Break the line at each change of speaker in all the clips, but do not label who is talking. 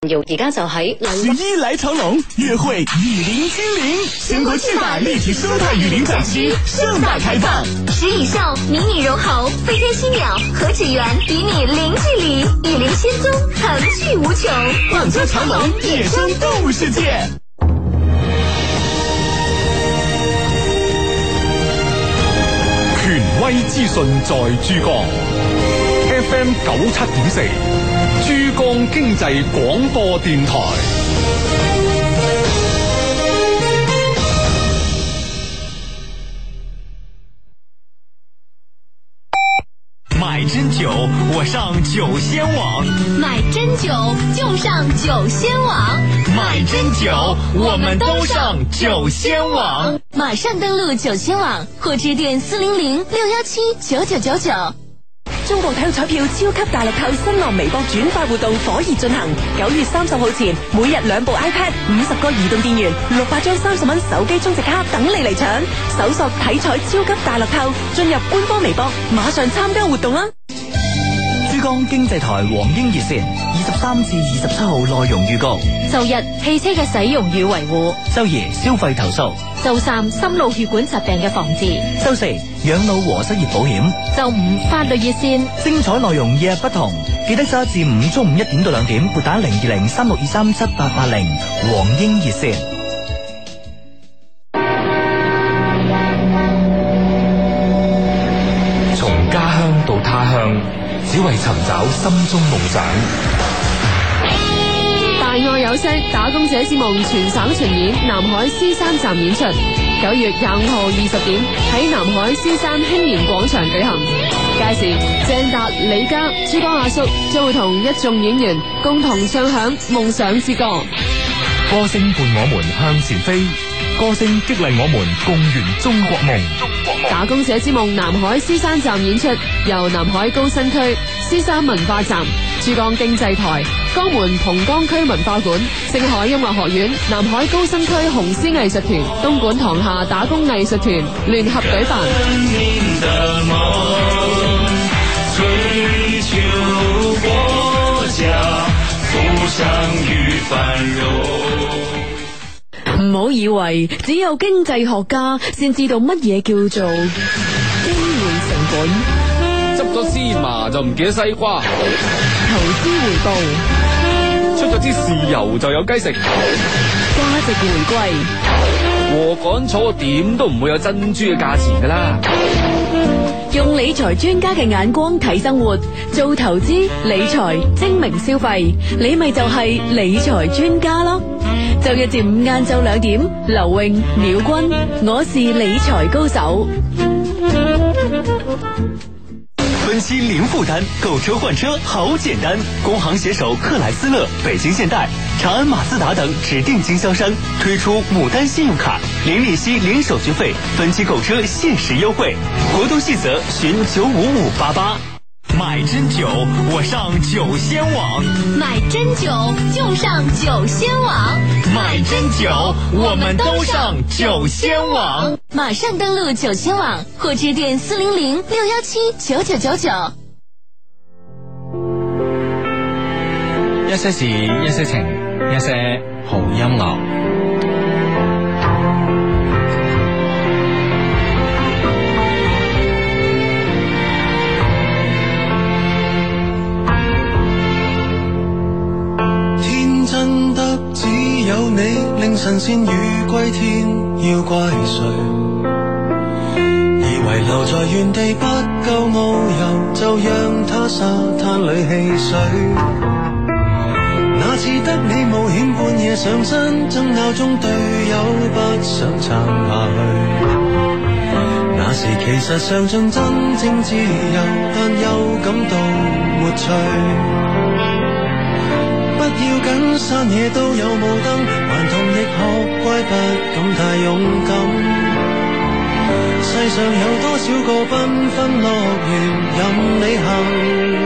瑤而家就喺
十一来长隆，约会雨林精灵，全国巨大立体生态雨林展区盛大开放。
食蚁兽、迷你绒猴、飞天犀鸟、何止猿与你零距离，雨林仙踪层趣无穷。
广州长隆野生动物世界。
权威资讯在珠江，FM 九七点四，珠江经济广播电台。
买真酒，我上酒仙网；
买真酒就上酒仙网，
买真酒，我们都上酒仙网。
马上登录酒仙网或致电四零零六幺七九九九九。
中國體育彩票超級大力透新浪微博轉發活動火熱進行，九月三十號前，每日兩部 iPad、五十個移動電源、六百張三十蚊手機充值卡等你嚟搶。搜索體彩超級大力透，進入官方微博，馬上參加活動啦！
珠江經濟台黃英熱線二十三至二十七號內容預告：
就日汽車嘅使用與維護，
周二消費投訴，
就三心腦血管疾病嘅防治，
周四養老和失業保險。
就五法律熱線，
精彩內容日日不同，記得周一至五中午一點到兩點撥打零二零三六二三七八八零黃英熱線。
從家鄉到他鄉，只為尋找心中夢想。
大愛有聲，打工者之夢全省巡演，南海 C 三站演出，九月廿五號二十點喺南海 C 三興年廣場舉行。屆時，鄭達、李嘉、珠江阿叔將會同一眾演員共同唱響夢想之歌。
歌聲伴我們向前飛，歌聲激勵我們共圓中國夢。
打工者之夢南海 C 三站演出，由南海高新區 C 三文化站、珠江經濟台、江門同江區文化館、星海音樂學院、南海高新區紅絲藝術團、東莞塘廈打工藝術團聯合舉辦。
追求国家富商与繁荣。
唔好以為只有經濟學家先知道乜嘢叫做機會成本、
執咗芝麻就唔記得西瓜，
投資回報、
出咗支豉油就有雞食，
價值回歸。
禾稈草點都唔會有珍珠嘅價錢㗎啦。
用理財專家嘅眼光睇生活，做投資理財，精明消費，你咪就係理財專家咯。就日至五晏晝兩點，劉穎、廖君，我是理財高手。
分期零负担，购车换车好简单。工行携手克莱斯勒、北京现代、长安马自达等指定经销商推出牡丹信用卡，零利息、零手续费，分期购车限时优惠。活动细则询九五五八八。买真酒，我上酒仙网；
買真酒就上酒仙網，
买真酒，我们都上酒仙网。
馬上登錄酒仙網或致電四零零六幺七九九九九。
一些事，一些情，一些好音樂。
天真得只有你，令神仙魚歸天，要怪誰？以為留在原地不夠遨遊，就讓它沙灘裏戲水。那次得你冒險半夜上山，爭拗中隊友不想撐下去。那時其實嘗盡真正自由，但又感到沒趣。不要緊，山野都有霧燈，頑童亦學乖，不敢太勇敢。世上有多少個繽紛樂園，任你行。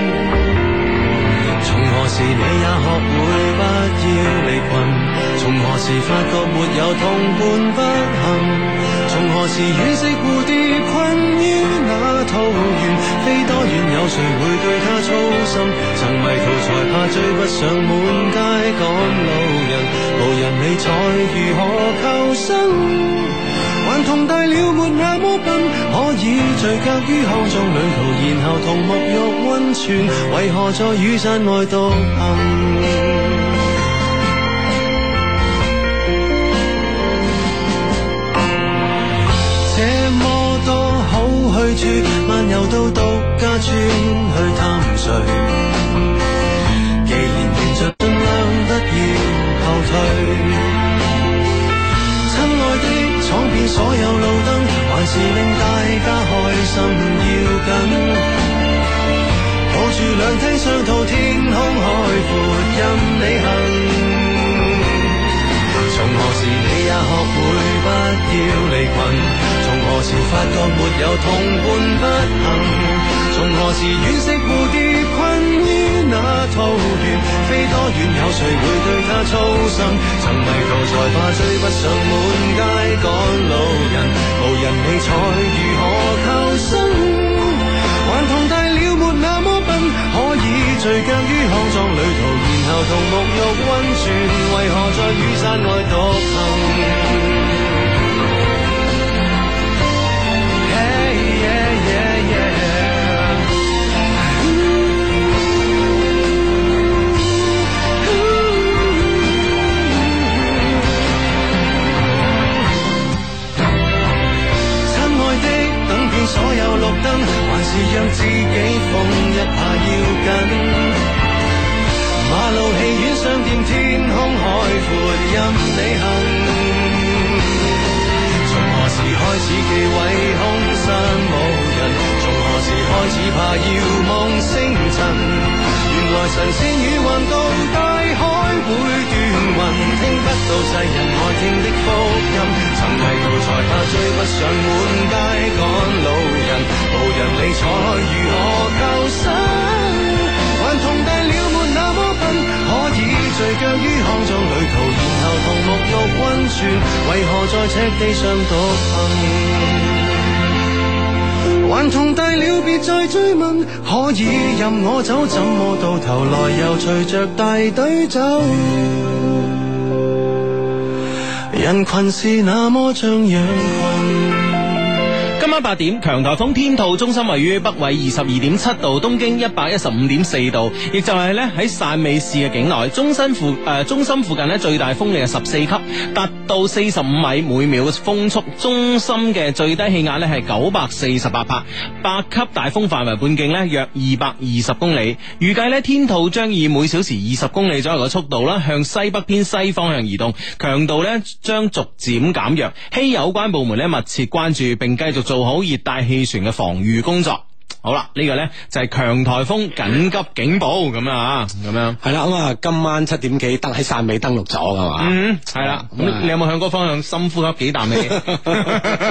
從何時你也學會不要離群？從何時發覺沒有同伴不行？從何時惋惜蝴蝶困於那桃源，飛多遠有谁会對他操心？曾迷途才怕追不上滿街趕路人，無人理睬如何求生？還同大了沒那麼笨，可以聚腳於康莊旅途，然後同沐浴温泉，為何在雨傘外獨行？這麼多好去處，漫遊到獨家村去探誰？既然緣盡，盡量不要後退。親愛的，闖遍所有路燈，還是令大家開心要緊。抱住兩廳雙套，天空海闊，任你行。從何時你也學會不要離群？從何時發覺沒有同伴不行？從何時惋惜蝴蝶困於那桃源？飛多遠有誰會對它操心？曾迷途才怕追不上滿街趕路人，無人理睬如何求生？還同大了沒那麼笨，可以聚腳於康莊旅途，然後同沐浴温泉，為何在雨傘外獨行？Hey, yeah, yeah, yeah. 親愛的，等遍所有綠燈，還是讓自己瘋一下要緊。馬路、戲院、商店、天空、海闊，任你行。從何時開始忌諱空山無人？從何時開始怕遙望星塵？原來神仙魚橫渡大海會斷雲，聽不到世人愛聽的福音。曾迷途才怕追不上滿街趕路人，無人理睬如何求生？還同大了沒那麼笨，可以聚腳於康莊旅途，然後同沐浴温泉，為何在赤地上獨行？還同大了，別再追問，可以任我走，怎麼到頭來又隨着大隊走？人群是那麼像羊群。
今晚八點，強颱風天兔中心位於北緯二十二點七度，東經一百一十五點四度，亦就係咧喺汕尾市嘅境內，中心附誒、呃中心附近咧最大風力係十四級，達到四十五米每秒風速，中心嘅最低氣壓咧係九百四十八帕，八級大風範圍半徑咧約二百二十公里，預計咧天兔將以每小時二十公里左右嘅速度啦，向西北偏西方向移動，強度咧將逐漸減弱，希有關部門咧密切關注並繼續做好熱帶氣旋嘅防禦工作。好啦，呢、個呢就係強颱風緊急警報咁啊，咁樣
系啦，咁啊，今晚七點幾登喺汕尾登陸咗噶嘛？
嗯，系
啊
啦，咁你有冇向嗰個方向深呼吸幾啖氣？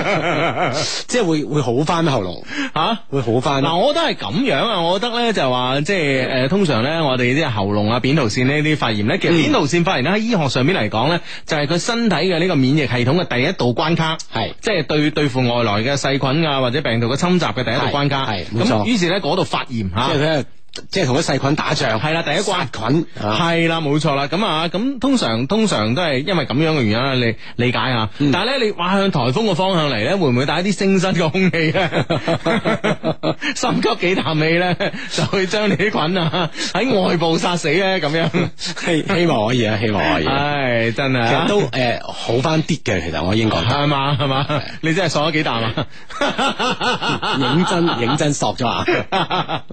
即係會會好翻喉嚨
吓，
會好翻。
嗱，我覺得係咁樣啊，我覺得咧就係話即係誒、呃通常咧我哋啲喉嚨啊、扁桃腺呢啲發炎咧，其實
嗯
扁桃腺發炎咧喺醫學上面嚟講咧，就係、佢身體嘅呢個免疫系統嘅第一道關卡，
係
即係對對付外來嘅細菌啊或者病毒嘅侵襲嘅第一道關卡，
係係冇
咁
錯
於是咧嗰度發炎嚇，
即係佢係即係同啲細菌打仗。
係啦，第一關
菌啊
係啦，冇錯啦。咁啊，咁通常通常都係因為咁樣嘅原因啦，你理解下。
嗯
但係咧，你話向颱風嘅方向嚟咧，會唔會帶啲清新嘅空 氣咧？深吸幾啖氣咧，就會將你啲菌啊喺外部殺死咧，咁樣。
希希望可以啊，希望可以。
唉，真係啊
其實都诶好翻啲嘅，其實我應該
係嘛係嘛，你真係爽咗幾啖啊！
認真認真索咗 啊！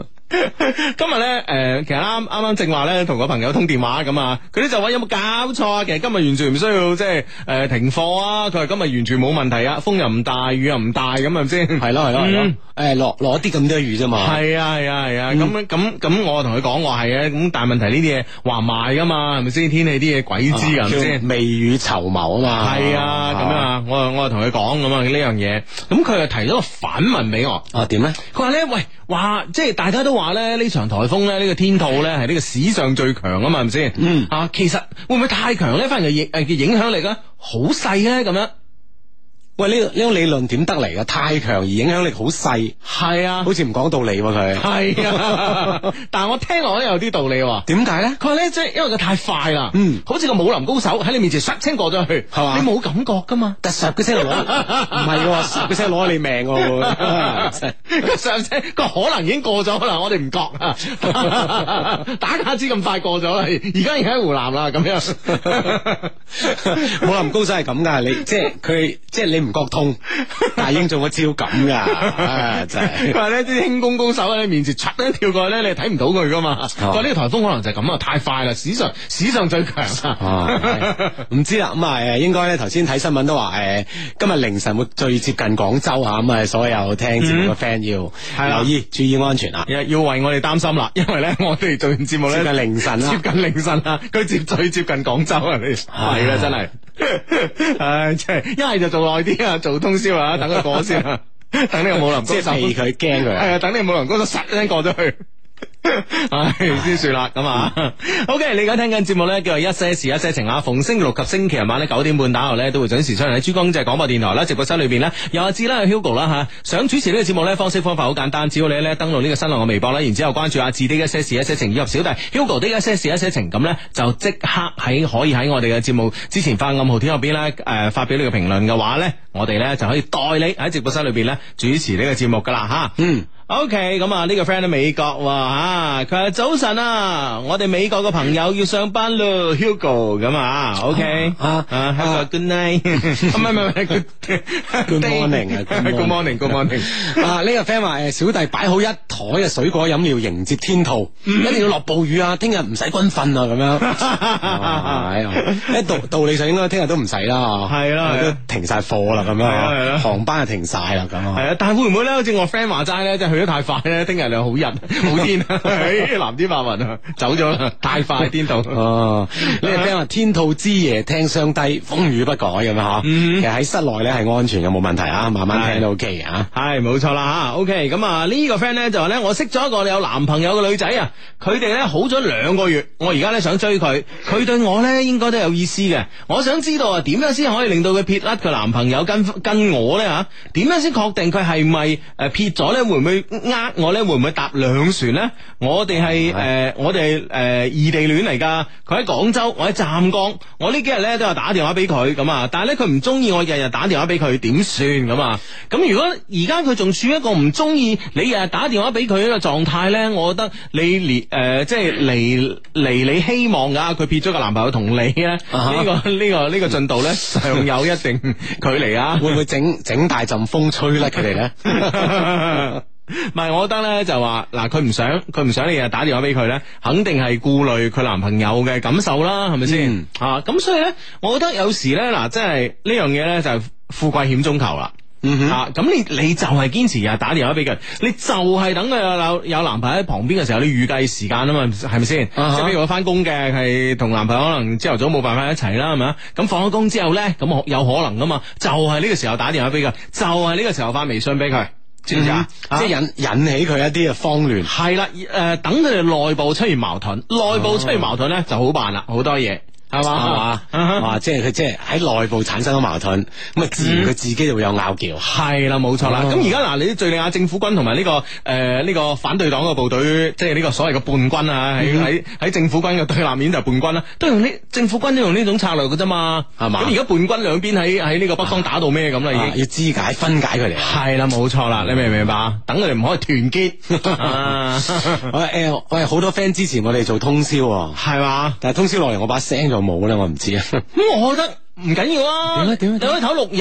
今日咧，诶、其實啱啱啱正話咧，同個朋友通電話咁啊，佢咧就話有冇搞錯啊？其實今日完全唔需要即係诶、誒停課啊，佢話今日完全冇問題啊，風又唔大，雨又唔大，咁係咪先？
係咯係咯係咯，诶落落啲咁多雨啫嘛。
嗯
嗯
係啊係啊係啊，咁咁咁，我同佢講我係啊，咁但係問題呢啲嘢話唔埋噶嘛，係咪先？天氣啲嘢鬼哎知啊㗎，係咪先？
啊叫未雨綢繆啊嘛。
係啊，咁樣啊，我我就同佢講咁啊呢樣嘢，咁佢又提咗個反問俾我。
啊點咧？
佢話咧，喂，話即係大家都話咧，呢場颱風咧，呢、個天兔咧係呢個史上最強啊嘛，係咪先？嗯。呃啊，其實會唔會太強咧？反而影誒嘅影響力咧好細咧咁樣。
喂，呢呢種理論點得嚟噶？太強而影響力好細，
係啊，
好似唔講道理喎佢。
係啊，但係我聽落咧有啲道理喎。
點解咧？
佢話咧，即係因為佢太快啦，
嗯，
好似個武林高手喺你面前唰聲過咗去，
係嘛
你冇感覺噶嘛？
但十嘅聲攞， 唔係喎，十嘅聲攞你命喎會。 真係
佢上車個可能已經過咗啦，我哋唔 覺啊，打假肢咁快過咗啦，而家已經喺湖南啦，咁樣
武林高手係咁噶， 你即係佢即係你唔覺痛，但係已經中咗招咁 噶，啊真
佢
係。
話呢啲輕功高手喺你面前唰一跳過去咧，你係睇唔到佢噶
哦
嘛？佢話呢個颱風可能就係咁啊，太快啦，史上史上 最強
啊嗯係唔知啦，咁啊，誒，應該咧，頭先睇新聞都話，誒，今日凌晨會最接近廣州吓，咁啊，所有聽節目嘅 friend
嗯係
要
啦
留意，注意安全啊！
要要為我哋擔心啦， 因為咧我哋做完節目咧
接近凌晨啦
接近凌晨啦，佢接最接近廣州啊，你係啦 真係，唉真係一係就做耐啲啊，做通宵啊，等佢 過先啊，等呢個武林高
即
手
係避佢驚佢啊
係啊，等呢個武林高手實聲過 咗去。唉，先算啦，咁啊，OK，你而家聽緊節目咧，叫做一些事一些情啊，逢星期六及星期日晚咧九點半打後咧都會準時出現喺珠江經濟廣播電台啦，直播室裏邊咧有阿志啦、有 Hugo 啦吓，想主持呢個節目咧方式方法好簡單，只要你咧登錄呢個新浪嘅微博啦，然之後關注阿志的一些事一些情以及小弟 Hugo 的一些事一些情，咁咧就即刻喺可以喺我哋嘅節目之前發暗號天入邊咧誒發表你嘅評論嘅話咧，我哋咧就可以代你喺直播室裏邊咧主持呢個節目噶啦吓。
嗯。
O K，咁啊呢個 friend 喺美國喎啊，佢話早晨啊，我哋美國嘅朋友要上班咯，Hugo 咁啊，O K，
啊
啊，Have a good night，唔係唔係唔係
Good morning 啊
good morning，good morning，
啊！呢個 friend 話誒，小弟擺好一台嘅水果飲料迎接天兔，一定要落暴雨啊！聽日唔使軍訓 啊，咁樣係啊。誒道道理上應該聽日都唔使啦，
係啦係
都
啦
停晒課啦，咁
係啦係
樣
啦
航班就停晒啦，咁啊。
係啊，但係會唔會咧？好似我 friend 話齋咧，即係去得太快咧，聽日就好日 好 天，唉藍天白雲啊， 走咗啦，太快天度。
哦，呢個 friend 話天兔之夜聽雙低，風雨不改咁樣嗬。其實喺室內咧係安全嘅，冇問題啊，慢慢聽都 OK 嘅啊。
系冇錯啦吓，OK，咁啊呢個 friend 咧就話咧，我識咗一個有男朋友嘅女仔啊，佢哋咧好咗兩個月，我而家咧想追佢，佢對我咧應該都有意思嘅，我想知道啊點樣先可以令到佢撇甩佢男朋友跟跟我咧吓，點樣先確定佢係咪誒撇咗咧，會唔會呃我咧，會唔會搭兩船咧？我哋係誒我哋呃誒異地戀嚟㗎，佢喺廣州，我喺湛江，我呢幾日咧都有打電話俾佢咁啊，但係咧佢唔中意我日日打電話俾佢，點算咁啊？咁如果而家佢仲處於一個唔中意你日日打電話俾佢呢個狀態咧，我覺得你離誒、呃即係離離你希望㗎，佢撇咗個男朋友同你咧，呢、
哈
呢個呢、個呢、個進度咧尚有一定距 離啊。
會唔會整整大陣風吹甩佢哋咧？
唔係，我覺得咧就話嗱，佢唔想佢唔想你日日打電話俾佢咧，肯定係顧慮佢男朋友嘅感受啦，係咪先
嗯
啊？咁所以咧，我覺得有時咧嗱，即係呢樣嘢咧就係富貴險中求啦。
嗯哼，
啊！咁你你就係堅持日日打電話俾佢，你就係等佢有有有男朋友喺旁邊嘅時候，你預計時間啊嘛，係咪先？
啊哈
即係譬如我翻工嘅係同男朋友可能朝頭早冇辦法一齊啦，係咪啊？咁放咗工之後咧，咁可有可能噶嘛？就係呢個時候打電話俾佢，就係呢個時候發微信俾佢，知唔知啊？
嗯即係
啊
引引起佢一啲嘅慌亂。
係啦，誒、等佢哋內部出現矛盾，內
哦
部出現矛盾咧就好辦啦，好多嘢係嘛啊
係嘛，哇！即係佢即係喺內部產生咗矛盾，咁啊自然佢自己就會有拗撬。
嗯係啦，冇錯啦。
哦
咁而家嗱，你啲敍利亞政府軍同埋呢個呃誒呢、個反對黨嘅部隊，即係呢個所謂嘅叛軍啊，喺
嗯
喺喺政府軍嘅對立面就係叛軍啦，都用呢政府軍都用呢種策略嘅啫嘛，
係嘛
咁而家叛軍兩邊喺喺呢個北方打到咩咁啦已
啊
經。
要肢解分解佢哋。
係啦，冇錯啦，你明唔明白啊？等佢哋唔可以團 結，啊
我誒我係好多 friend 支持我哋做通宵喎，
係嘛？
但係通宵落嚟我把聲就冇啦，我唔知啊。
咁我覺得唔緊要啊。
點咧點咧
你
點
可以唞六日，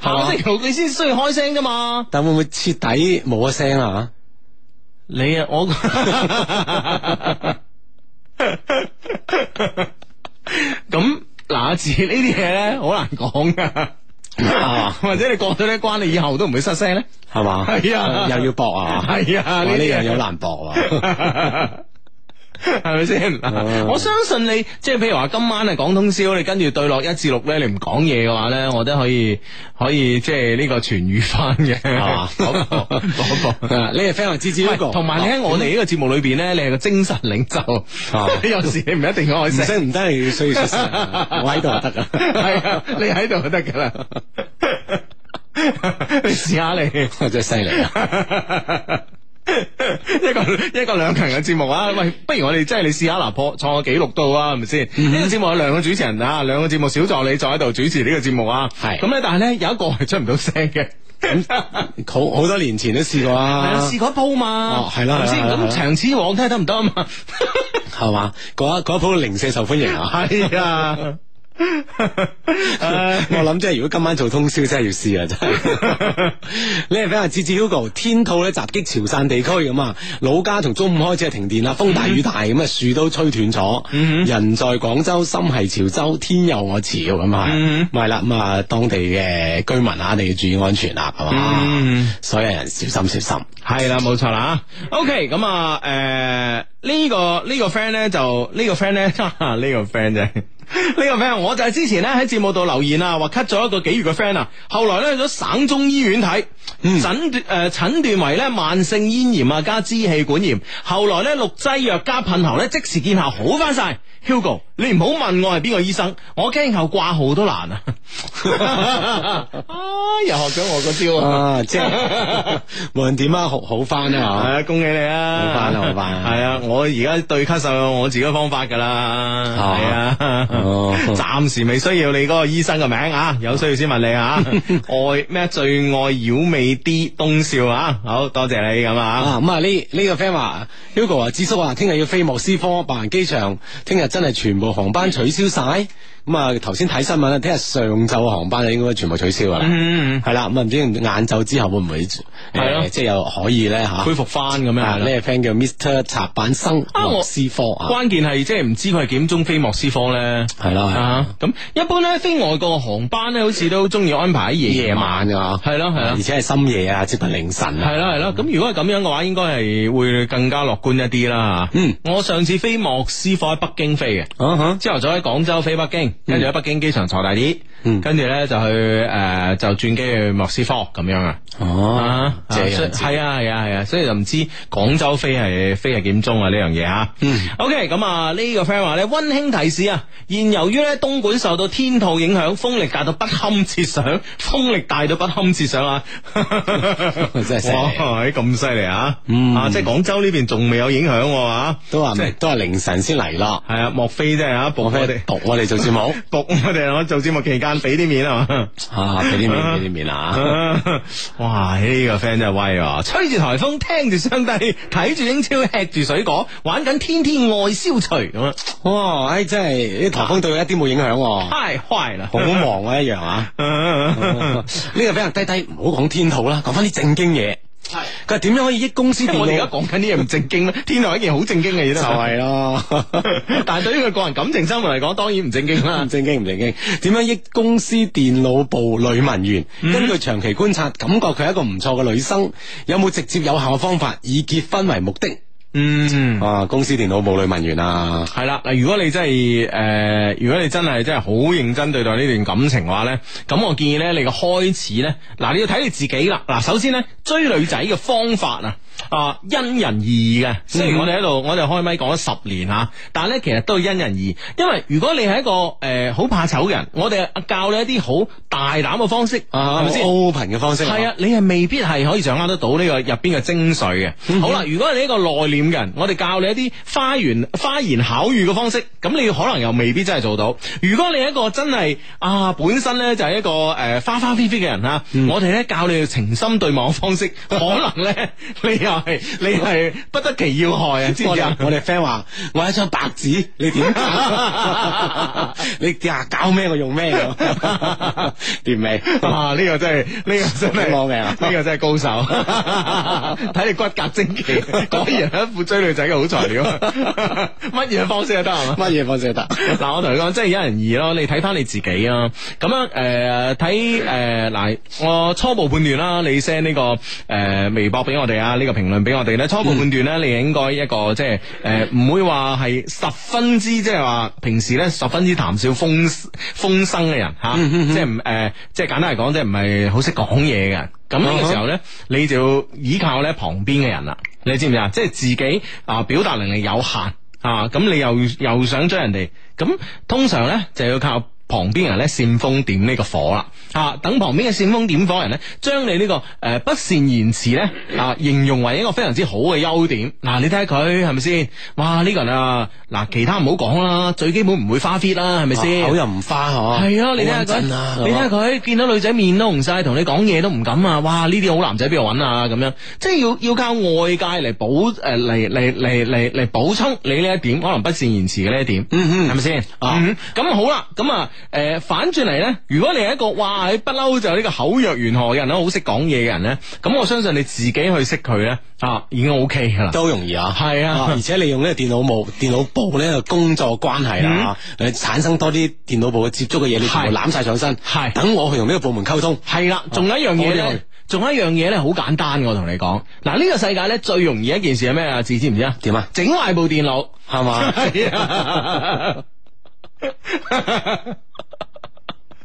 下
嘛
個星期六你先需要開聲噶嘛。
但會唔會徹底冇咗聲啊？
你啊，我 咁嗱，字呢啲嘢咧好難講噶，
啊
或者你過咗呢一關，你以後都唔會失聲咧。
係嘛？
係啊
又要搏啊？
係啊
哇
呢啲
呢
嘢
樣有難搏啊！
系咪先？
哦
我相信你，即係譬如話今晚係啊講通宵，你跟住對落一至六咧，你唔講嘢嘅話咧，我覺得可以可以即係呢個痊愈翻嘅，係
嘛
講過講 過
啊呢個 friend 話支持呢個，啊
喂同埋你喺我哋呢個節目裏邊咧，你係個精神領袖，你 有時你唔一定要開
唔
聲。
聲唔 得，你需要出聲啊。我喺度就得噶。
系啊，你喺度就得噶啦。 你試下你，
真係犀利
啊！ 一個一個兩強嘅節目啊！喂，不如我哋真係你試下嗱破創個紀錄都好啊，係咪先？
嗯
呢個節目有兩個主持人啊，兩個節目小助理坐喺度主持呢個節目啊。係咁咧，但係咧有一個係出唔到聲嘅。
好好多年前都試過
係
啊
啊，，試過一鋪嘛
哦，係啦
係咪先
係啦係啦
咁長此以往睇下得唔得啊嘛？
係嘛？嗰一嗰一鋪零舍受歡迎啊！
係 啊，
我諗即係如果今晚做通宵，真係要試啊！真 係。你係俾阿志志 Hugo 天兔咧襲擊潮汕地區咁啊，老家從中午開始係停電啦，風大雨大咁啊，樹都吹斷咗。
嗯
人在廣州，心係潮州，天佑我潮咁啊，
嗯
咪係啦咁啊，當地嘅居民啊，你要注意安全啦，係嘛？所有人小心小心。
嗯係啦，冇錯啦吓。OK，咁啊，誒呢個呢個 friend 咧就呢個 friend 咧，哈哈呢個 friend 啫。呢個 friend 我就係之前咧喺節目度留言啊，話 cut 咗一個幾月嘅 friend 啊，後來咧去咗省中醫院睇，診斷誒診斷為咧慢性咽炎啊加支氣管炎，後來咧六劑藥加噴喉咧即時見效好翻晒。Hugo，你唔好問我係邊個醫生，我驚後掛號都難啊！啊，又學咗我個招
啊！即係 無論點啊，好好翻啊！
係啊，恭喜你啊！
好返啦好返啦
係啊，我而家對咳嗽有我自己嘅方法噶啦，係啊，
哦
暫時未需要你嗰個醫生嘅名啊，有需要先問 你啊。愛咩最愛妖媚啲東少啊，好多謝你咁
啊
啊。
咁啊呢呢個 friend 話 Hugo 啊，智叔啊，聽日要飛莫斯科白雲機場，聽日真係全部航班取消晒。咁啊頭先睇新聞啦，聽日上晝嘅航班就應該全部取消噶啦。
嗯
係啦，咁啊唔知晏晝之後會唔會
係
誒
咯
即係又可以咧吓
恢復翻咁樣
啊
係
呢
咯
個 friend 叫 Mr 插板生
啊我
莫斯科啊，
關鍵係即係唔知佢係幾點鐘飛莫斯科咧，
係啦係啦
啊咁一般咧飛外國嘅航班咧，好似都中意安排喺
夜
夜晚
晚啊，
係咯係咯
而且係深夜啊，接近凌晨啊。
係啦係啦，咁如果係咁樣嘅話，應該係會更加樂觀一啲啦。嗯，我上次飛莫斯科喺北京飛嘅，
啊哈
朝頭早喺廣州飛北京，跟住喺北京機場坐大啲，跟住咧就去誒、呃就轉機去莫斯科咁樣啊。
哦，
啊所以係啊係啊係啊，所以就唔知廣州飛係飛係點鐘啊呢樣嘢吓。嗯，OK，咁啊呢個 friend 話咧，溫馨提示啊，現由於咧東莞受到天兔影響，風力大到不堪設想， 風力大到不堪設想 啊！真
係犀利
哇，咁犀利啊！啊，即係廣州呢邊仲未有影響喎啊，
都話
即係
都係凌晨先嚟咯。
係啊，莫非真係啊，仆我哋
仆我哋 做節目
仆我哋我做節目期間俾啲面啊嘛。
啊，俾啲面俾啲面啊！
哇！呢、個 friend 真係威啊！吹住台風，聽住雙低，睇住英超，吃住水果，玩緊天天愛消除咁啊！
哇！唉，真係啲颱風對佢一啲冇影響 喎，
太壞啦！
好忙啊一樣 啊！呢個俾人低低，唔好講天土啦，講翻啲正經嘢。係佢話點樣可以益公司
即
電
係我哋而家
腦？
講緊啲嘢唔正經咧， 天台一件好正經嘅嘢
就
都
係咯，
但係對於佢個人感情生活嚟講，當然唔正經啦
唔。正經唔正經。點樣益公司電腦部女文員？
嗯
根據長期觀察，感覺佢係一個唔錯嘅女生。有冇直接有效嘅方法以結婚為目的？
嗯，
啊，公司電腦部女文員啊！
係啦，嗱，如果你真係誒、呃如果你真係真係好認真對待呢段感情嘅話咧，咁我建議咧，你嘅開始咧，嗱，你要睇你自己啦。嗱，首先咧，追女仔嘅方法啊，啊，因人而異嘅。雖
嗯
然我哋喺度，我哋開咪講咗十年吓，但係咧，其實都係因人而異。因為如果你係一個誒好、怕醜嘅人，我哋教你一啲好大膽嘅方式，係咪先？
啊？open 嘅方式
係啊，你係未必係可以掌握得到呢個入邊嘅精髓嘅。
嗯
好啦，如果你一個內斂嘅人，我哋教你一啲花言 花言巧語嘅方式，咁你可能又未必真係做到。如果你係一個真係啊，本身咧就係一個誒、呃花花飛飛嘅人啦，
嗯
我哋咧教你情深對望嘅 方式，可能咧你又係你係不得其要害啊，知 唔
我
知
哋
啊？
我哋 friend 話，我係一張白紙，你點搞？ 你呀搞咩我用咩？ 掂未？
啊！呢、個真係呢、個真 係
你攞命啊
呢個真係 高手， 睇你骨骼精奇，果然係一副追女仔嘅好材料。 乜嘢方式都得係嘛？
乜嘢方式都 得？
嗱，我同你講，真係因人而異咯。你睇翻你自己啊。咁樣誒，睇誒嗱，我初步判斷啦，你 send 呢個誒微博俾我哋啊，呢個評論俾我哋咧，初步判斷咧，你應該一個即係誒，唔會話係十分之即係話平時咧十分之談笑風風生嘅人吓，即係唔誒，即係簡單嚟講，即係唔係好識講嘢嘅。咁呢個時候咧，你就要依靠咧旁邊嘅人啦。你知唔知啊？即係自己啊，表達能力有限。啊，咁你又又想追人哋，咁通常咧就要靠旁邊人咧煽風點呢個火啦，啊，等旁邊嘅煽風點火人咧，將你呢、個誒、呃不善言辭咧啊，形容為一個非常之好嘅優點。嗱、你睇下佢係咪先？哇，呢、個人啊，嗱，其他唔好講啦，最基本唔會花 fit 啦，係咪先？
口又唔花嗬，
係啊，你睇下
好穩陣啊
佢，你睇下佢見到女仔面都紅晒，同你講嘢都唔敢啊！哇，呢啲好男仔邊度揾啊？咁樣，即係要要靠外界嚟補誒嚟嚟嚟嚟嚟補充你呢一點，可能不善言辭嘅呢一點，嗯嗯，係咪先啊？嗯咁好啦，咁啊誒反轉嚟咧，如果你係一個哇不嬲就係呢個口若懸河嘅人啦，好識講嘢嘅人咧，咁我相信你自己去識佢咧啊，已經 OK 噶啦，
都容易啊，
係啊
而且利用呢個電腦部、電腦部呢個工作關係啦，吓，
嗯
誒產生多啲電腦部嘅接觸嘅嘢，你全部
係
攬晒上身，
係
等我去同呢個部門溝通，哦
係啦，仲有一樣嘢
好
咧
厲，
仲有一樣嘢咧，好簡單，我同你講。嗱，呢個世界咧最容易一件事係咩啊？字知唔知啊？
點啊？
整壞部電腦
係嘛？
係啊。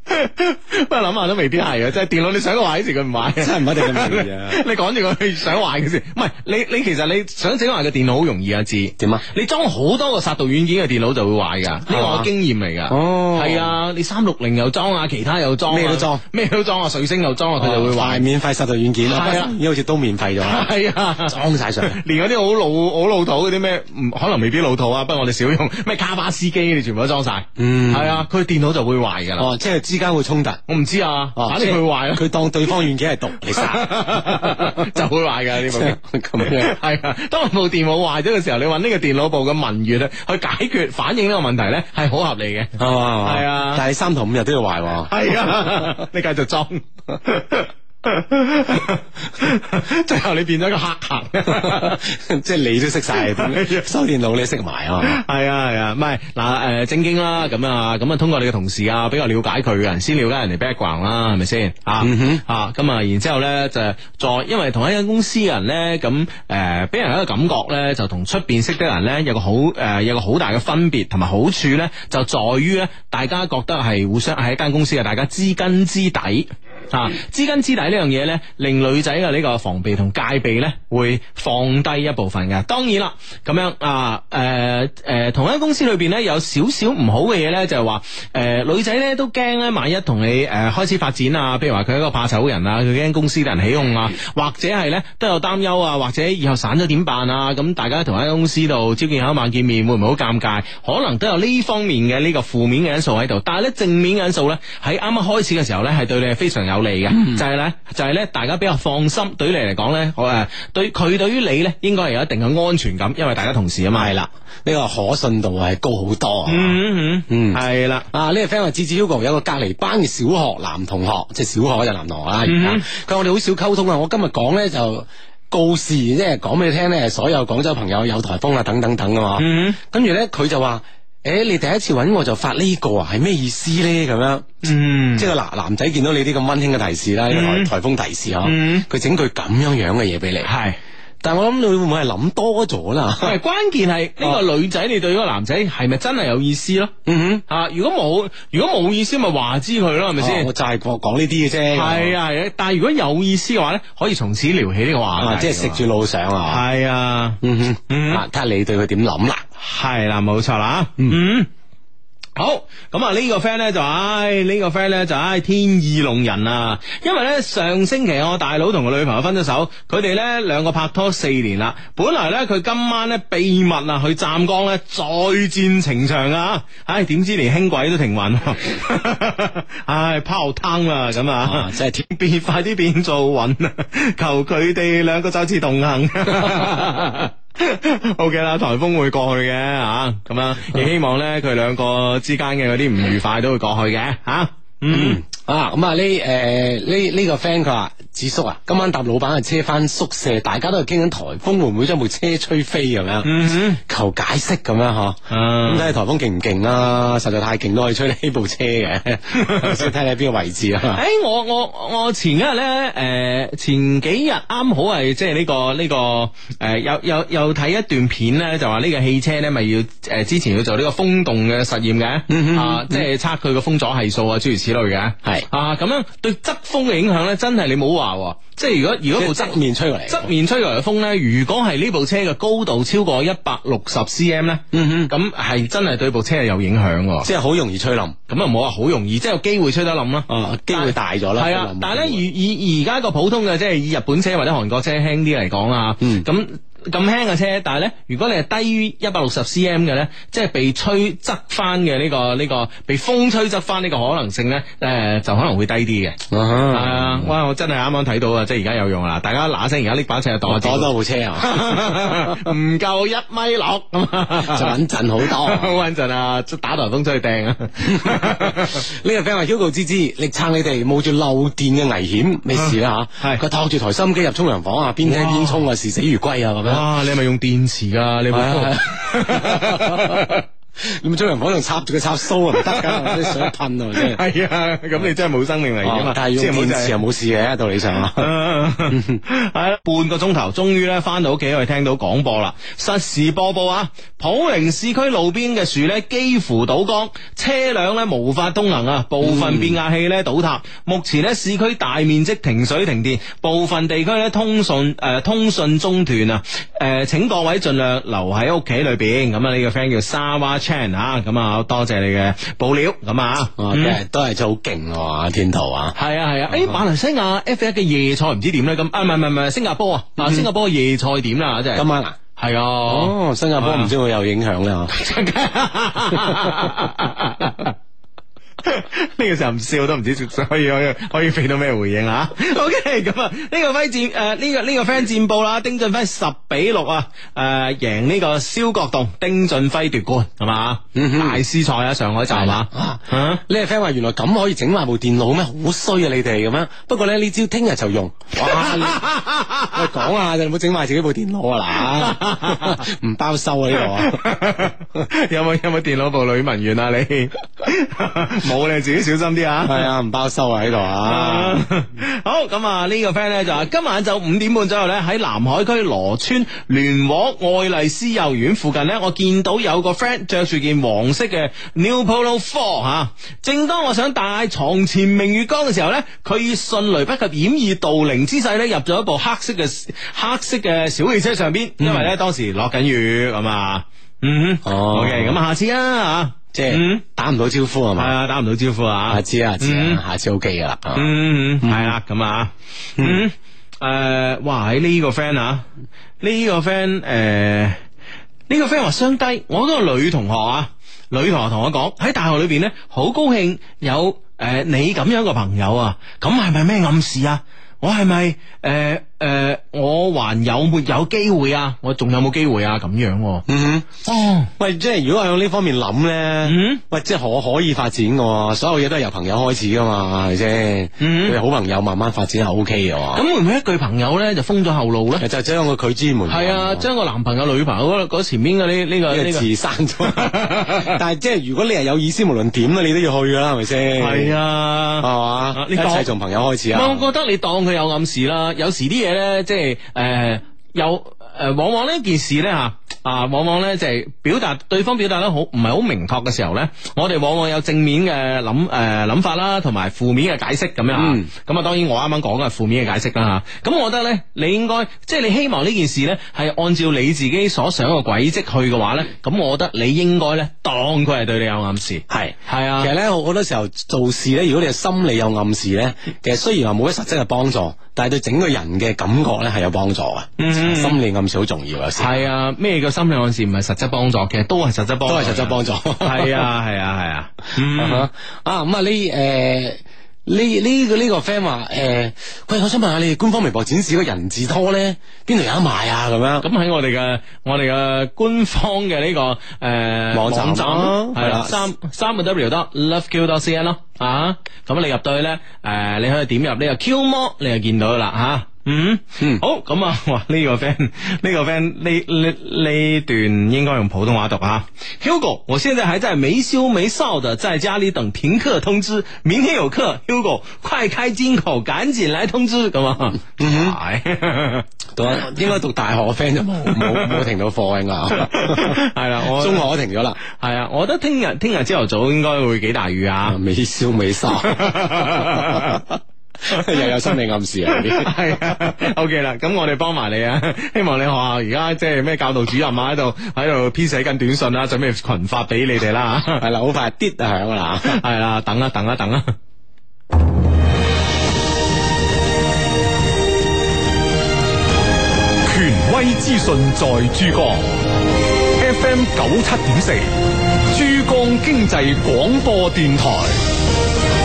不過諗下都未必係啊！即係電腦你想壞嗰時佢唔壞，
真係唔一定咁容易啊
你趕住佢想壞嘅先，唔係你你其實你想整壞個電腦好容易啊！知
點啊？
你裝好多個殺毒軟件嘅電腦就會壞噶，呢個我經驗嚟噶。
哦
係啊，你三六零又裝啊，其他又裝啊，
咩都裝
咩都裝啊，水星又裝啊，佢就會
快
壞。
哦免費殺毒軟件啦，
係啊
而家好似都免費咗啦，
係啊，
裝晒上嚟。
連嗰啲好老好老土嗰啲咩，唔可能未必老土啊，不過我哋少用 咩卡巴斯基，你全部都裝晒。
嗯
係啊，佢電腦就會壞噶啦。
哦，即係之間會衝突，
我唔知啊，
哦
反正佢會壞咯。
佢當對方軟件係 毒你殺，
就會壞噶呢部機
咁樣
係啊，當部電腦壞咗嘅時候，你揾呢個電腦部嘅文員去解決反映呢個問題咧，係好合理嘅。
哦係嘛？
係啊
但係三頭五日都要壞喎。
係啊， 你繼續裝。最後你變咗一個黑 客。
即係你都識 晒，
啊
收電腦你識埋啊！
系啊系啊，唔係嗱誒正經啦，咁啊咁啊，通過你嘅同事啊，比較了解佢嘅人，先了解人哋 background 啦，係咪先啊？啊咁啊，然之後咧就再，因為同一間公司嘅人咧，咁誒俾人一個感覺咧，就同出邊識得人咧有個好誒、呃有個好大嘅分別，同埋好處咧就在於咧，大家覺得係互相喺一間公司嘅大家知根知底。啊，知根知底呢樣嘢呢，令女仔嘅呢個防備同戒備呢，會放低一部分嘅。當然啦，咁樣啊，誒、誒、同一間公司裏邊呢，有少少唔好嘅嘢呢，就係話誒女仔呢都驚呢，萬一同你誒、開始發展啊，譬如話佢係一個怕醜嘅人啊，佢驚公司嘅人起哄啊，或者係呢都有擔憂啊，或者以後散咗點辦啊？咁大家同一間公司度朝見口晚見面，會唔會好尷尬？可能都有呢方面嘅呢個負面嘅因素喺度，但係呢正面嘅因素呢，喺啱啱開始嘅時候呢，係對你係非常有利嘅，
嗯
就係呢，就係呢，大家比較放心，對於你嚟講呢，我誒對佢對於你呢，應該係有一定嘅安全感，因為大家同事啊嘛。
係啦，呢個可信度係高好多啊！
嗯嗯
嗯
嗯，係啦。
啊！呢個 friend 話智智 Hugo 有個隔離班嘅小學男同學，即係小學嗰陣男同學啊啦。而
嗯
家佢話我哋好少溝通啊！我今日講咧就告示，即係講俾你聽咧，所有廣州朋友有颱風啊，等等等啊嘛。
嗯
跟住咧佢就話：，誒、你第一次揾我就發呢個啊，係咩意思咧？咁樣。
嗯
即係個男男仔見到你啲咁温馨嘅提示啦，呢
嗯
個颱颱風提示啊，
嗯
佢整句咁樣樣嘅嘢俾你。
係。
但我諗你會唔會係諗多咗啦？啊
喂，關鍵係呢個女仔，你對嗰個男仔係咪真係有意思咯？
嗯
啊，如果冇，如果冇意思，咪話知佢咯，係
哼，
咪先
哦我？就係講講呢啲嘅啫。
係啊係啊，但係如果有意思嘅話咧，可以從此聊起呢個話
啊，
題。
即係食住路上啊。
係啊，
嗯
嗯
哼，啊，睇下你對佢點諗啦。
係啦，冇錯啦。嗯。好，咁啊呢個 friend 咧就唉，呢、個 friend 咧就唉天意弄人啊！因為咧上星期我大佬同個女朋友分咗手，佢哋咧兩個拍拖四年啦。本來咧佢今晚咧秘密啊去湛江咧再戰情場啊！唉，點知連輕軌都停運喎， 唉泡湯啦咁啊
啊！真係天
變快啲變做雲啊！求佢哋兩個再次同 行。O K 啦，颱風會過去嘅吓，咁啊，亦希望咧佢兩個之間嘅嗰啲唔愉快都會過去嘅吓。嗯，
啊，咁啊呢誒呢呢個 friend 佢話：子叔啊，今晚搭老闆嘅車翻宿舍，大家都係傾緊颱風會唔會將部車吹飛咁
嗯
樣，求解釋咁樣嗬。咁睇
啊，
下颱風勁唔勁啦，實在太勁都可以吹呢部車嘅，先睇你喺邊個位置
誒、
啊。
我我我前一日咧，誒、前幾日啱好係即係呢個呢、個誒、有有有睇一段片咧，就話呢個汽車咧咪要誒、之前要做呢個風洞嘅實驗嘅，啊，即係測佢個風阻係數啊，諸如此類嘅，
係
系啊，咁樣對側風嘅影響咧，真係你冇話喎。即係如果如果部側面吹過嚟，側面吹過嚟嘅風咧，如果係呢部車嘅高度超過一百六十 cm 咧，嗯哼，咁係真係對部車係有影響喎。
即係好容易吹冧。
咁啊冇話好容易，即係有機會吹得冧啦。
啊，機會大咗啦。
係啊，但係咧，以以而家個普通嘅即係以日本車或者韓國車輕啲嚟講啊，
嗯
咁。咁輕嘅車，但係咧，如果你係低於一百六十 cm 嘅咧，即係被吹側翻嘅呢個呢、個被風吹側翻呢個可能性咧，誒、就可能會低啲嘅。係啊，哇！我真係啱啱睇到啊，即係而家有用啦，大家嗱聲而 家拎把尺
多
度
多部車
啊，唔夠一米六咁啊，
就穩陣好多
好 穩陣啊！即係打台風出去掟啊！
呢個 friend 話 Hugo 芝芝力撐你哋，冒住漏電嘅危險，咩事啦吓？佢托住台心機入沖涼房啊，邊聽邊沖啊，視死如歸啊咁樣。
啊，你係咪用電池㗎？你
係
冇
啊。你咪沖涼房度插住個插蘇啊，唔得噶，啲水噴啊，真係。哦
係啊，咁你真係冇生命危險啊！
但係用
即係冇
電
就係
池又冇事嘅，道理上 啊。
系啦，半個鐘頭，終於咧翻到屋企，我哋聽到廣播啦，實時播報啊！普寧市區路邊嘅樹咧幾乎倒光，車輛咧無法通行啊，部分變壓器咧倒塌。目前咧市區大面積停水停電，部分地區咧通訊誒、呃通訊中斷啊！誒、請各位盡量留喺屋企裏邊。咁啊，呢個 friend 叫沙娃 Chan 啊，咁啊，多謝你嘅報料咁啊，
啊，真係都係真係好勁啊！天圖啊，
系啊系啊，诶、馬來西亞 F 一嘅夜賽唔知點咧咁，啊唔係唔係唔係新加坡啊，啊新加坡嘅夜賽點啦，真係
嗯今晚啊，
係啊，
哦，新加坡唔知會有影響咧啊
呢個時候唔笑都唔知可以可以可以俾到咩回應啊 ？OK，咁啊呢個 friend 戰誒呢個呢個 friend 戰報啦，丁俊暉十比六啊誒贏呢個蕭國棟，丁俊暉奪冠係嘛？
嗯
大師賽啊，上海站啊，
呢個 friend 話原來咁可以整壞部電腦咩？好衰啊！你哋咁樣。不過咧呢招聽日就用。哇！你 喂，講啊，你唔好整壞自己部電腦啊 嗱，唔包收啊呢度啊。
有冇有冇電腦部女文員啊你？ 冇你自己小心啲啊！
係啊，唔包收啊呢度啊。
好咁啊，呢個 friend 咧就話今晚就五點半左右咧喺南海區羅村聯和愛麗絲幼兒園附近咧，我見到有個 friend 着住件黃色嘅 New Polo Four 吓、正當我想大床前明月光嘅時候咧，佢以迅雷不及掩耳盜鈴之勢咧入咗一部黑色嘅黑色嘅小汽車上邊，因為咧當時落緊雨咁啊。嗯哼，
哦
OK，咁下次啊吓，
即係打唔到招呼係
系
嘛？
啊，打唔到招呼啊，
下次啊，下次
嗯
啊，下次 OK 噶啦。啊
嗯，系啦，咁啊，嗯，诶，哇，喺呢個 friend 啊，呢個 friend 诶，呢個 friend 話相低，我嗰個女同學啊，女同學同我講喺大學裏邊咧，好高興有诶你咁樣嘅朋友啊，咁係咪咩暗示啊？我係咪诶诶，我還有沒有機會啊？我仲有冇機會啊？咁樣喎，
嗯
哼，哦，
喂，即係如果向呢方面諗
嗯
咧，喂，即係可可以發展嘅喎，所有嘢都係由朋友開始噶嘛，係咪先？
嗯
佢哋好朋友慢慢發展係 O K 嘅喎。
咁會唔會一句朋友咧就封咗後路咧？
就將個拒之門外
係啊，將個男朋友、女朋友嗰嗰前面嘅呢呢個
呢
呢
個
個
字刪咗，但係即係如果你係有意思，無論點啦，你都要去噶啦，係咪先？
係
係
啊。
嘛，
你
一
當
切從朋友開始
唔係
啊！
我覺得你當佢有暗示啦。有時啲嘢咧，即係誒、呃有誒、呃往往呢件事咧嚇啊，往往咧就係、表達對方表達得好唔係好明確嘅時候咧，我哋往往有正面嘅諗誒諗法啦，同埋負面嘅解釋咁樣啊。
嗯
咁啊、當然我啱啱講嘅係負面嘅解釋啦嚇。咁我覺得咧，你應該即係你希望呢件事咧係按照你自己所想嘅軌跡去嘅話咧，咁我覺得你應該咧當佢係對你有暗示。
係
係啊
其實咧，好好多時候做事咧，如果你係心理有暗示咧，其實雖然話冇乜實質嘅幫助，但係對整個人嘅感覺咧係有幫助嘅。
嗯
心理暗示好重要有時。
系啊，咩叫心理暗示？唔係實質幫助嘅，都係實質幫助，
都係實質幫助
係啊，係啊，係啊。嗯
啊咁啊呢诶。呢呢個呢個 friend 話诶，喂，我想問下你哋官方微博展示個人字拖咧，邊度有得 賣啊？咁樣
咁喺我哋嘅我哋嘅官方嘅呢個诶
網站啦
係
係
啦，
啦
三三個 W 得 loveq 多 cn 咯啊，咁你入到去咧，诶，你可以點入呢個 Q 魔，你就見到啦嗯，好咁啊！ 哇，呢、個 friend 呢個 friend 呢呢呢段應該用普通話讀啊。Hugo，我現在還在沒羞沒臊的在家裡等停課通知，明天有課。Hugo，快開金口，趕緊來通知咁啊！
嗯
係
讀啊應該讀大學嘅 friend 就冇冇冇停到課應該啊
係啦，我
中學都停咗啦。
係啊，我覺得聽日聽日朝頭早應該會幾大雨啊，
美消美收。 又有心理暗示 啊！
系啊，OK 啦，咁我哋幫埋你啊， 希望你學校而家即係咩教導主任啊喺度喺度編寫緊短信啦，準備群發俾你哋啦，
係啦，好快啲就響㗎啦，
係啦，等啊等啊等啊，
权威资讯在珠江 FM 九七点四，珠江经济广播电台。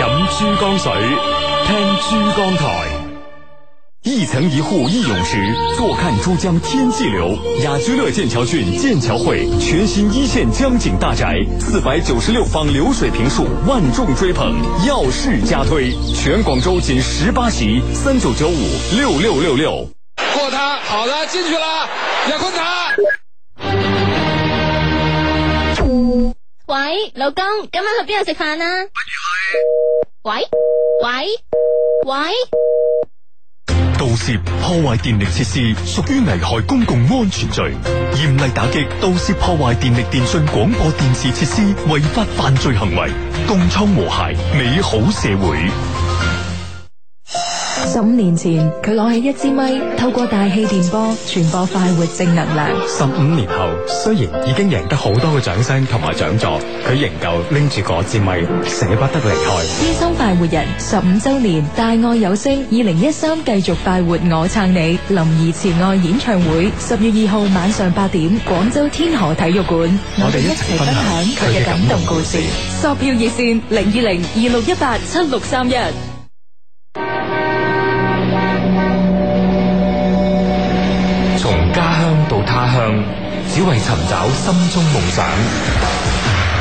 饮珠江水，听珠江台。
一层一户一泳池，坐看珠江天际流。雅居乐剑桥郡剑桥汇全新一线江景大宅，四百九十六方流水平墅，万众追捧，耀世加推。全广州仅十八席，三九九五六六六六。
过他，好了，进去了，亚坤塔。
喂，老公，今晚去边度食饭啊？喂喂喂，
盜竊、破壞電力設施屬於危害公共安全罪，嚴厲打擊盜竊破壞電力電信廣播電視設施違法犯罪行為，共創和諧美好社會。
十五年前，佢攞起一支咪，透過大氣電波傳播快活正能量。
十五年後，雖然已經贏得好多嘅掌聲同埋獎座，佢仍舊拎住嗰支咪，捨不得離開。
天生快活人十五周年大愛有聲二零一三繼續快活我撐你林怡慈愛演唱會十月二號晚上八點廣州天河體育館，
我哋一齊分享
佢嘅感動故事。索票熱線零二零二六一八七六三一。
從家鄉到他鄉，只為尋找心中夢想。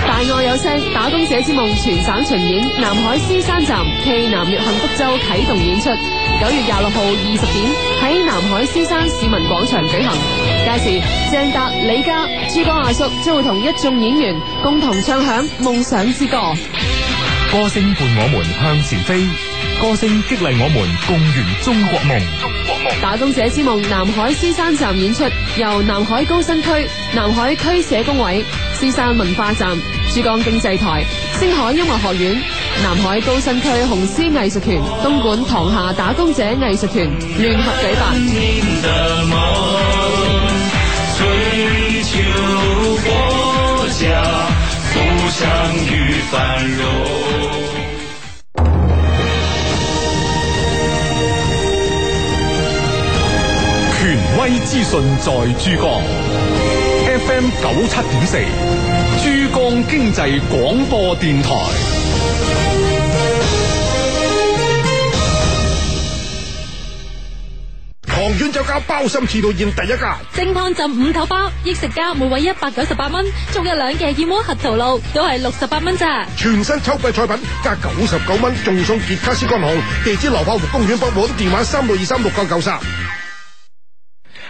大愛有聲，打工者之夢全省巡演，南海獅山站暨南粵幸福周啟動演出，九月廿六號二十點喺南海獅山市民廣場舉行。屆時，鄭達、李嘉、珠江阿叔將會同一眾演員共同唱響《夢想之歌》。
歌聲伴我們向前飛，歌聲激勵我們共圓中國夢。
打工者之夢南海獅山站演出，由南海高新區、南海區社工委、獅山文化站、珠江經濟台、星海音樂學院、南海高新區紅獅藝術團、東莞塘廈打工者藝術團 聯合舉 辦。
的梦，追求国家富强与繁荣。
权威资讯在珠江 FM 九七点四，珠江经济广播电台。
唐苑酒家包心翅道宴第一家，
正湯浸五頭包，益食家每位一百九十八蚊，仲有兩嘅燕窩核桃露，都係六十八蚊咋。
全新秋季菜品加九十九蚊，仲送杰卡斯干紅。地址流炮湖公園北門，電話三六二三六九九三。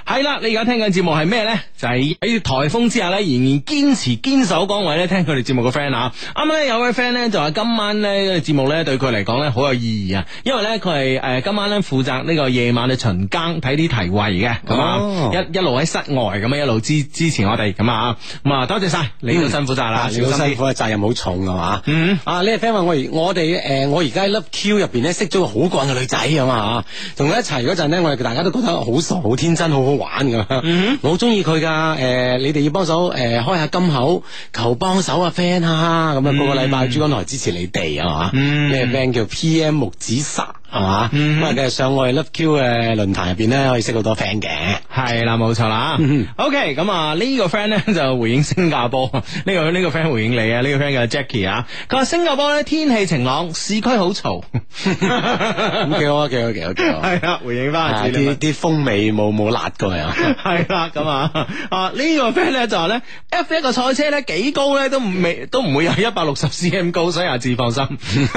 系啦，你而家聽緊節目係咩呢？就係喺颱風之下呢，仍然堅持堅守崗位呢。聽佢哋節目嘅 friend 啊。啱啱呢，有位 friend 呢，就話今晚呢個節目呢，對佢嚟講呢，好有意義啊，因為呢，佢係诶今晚呢負責呢個夜晚嘅巡更睇啲提位嘅，咁啊、
哦
一一路喺室外咁啊一路支支持我哋咁啊，咁啊多謝晒，你都辛苦晒啦，
啊你好
小心啲
辛苦啊，責任好重啊嘛。嗯，啊呢個 friend 話我而我哋誒我而家喺 Love Q 入邊咧識咗個好慣嘅女仔咁啊，同佢一齊嗰陣咧，我哋大家都覺得好傻、好天真、好好玩咁
嗯
樣。我好中意佢㗎，誒你哋要幫手誒開下金口，求幫手啊 friend 哈哈
嗯
咁啊，個個禮拜珠江台支持你哋啊嘛。呢個 friend 叫 PM 木子沙。係嘛？
嗯
咁啊，其實上我哋 Love Q 嘅論壇入邊咧，可以識好多 friend 嘅。嗯
係啦，冇錯啦。OK，咁啊呢 個 friend 咧就回應新加坡， 呢、個呢、個 friend 回應你啊，呢、個 friend 叫 Jackie 啊，佢話新加坡咧天氣晴朗，市區好嘈，
咁幾好啊，幾 好，幾好，幾好。
係啦，回應
啊
翻
啲啲風味冇冇辣過嚟啊！
係啦，咁啊啊呢、個 friend 咧就話咧 F 一個賽車咧幾高咧都唔未都唔會有一百六十 cm 高，所以阿志放心，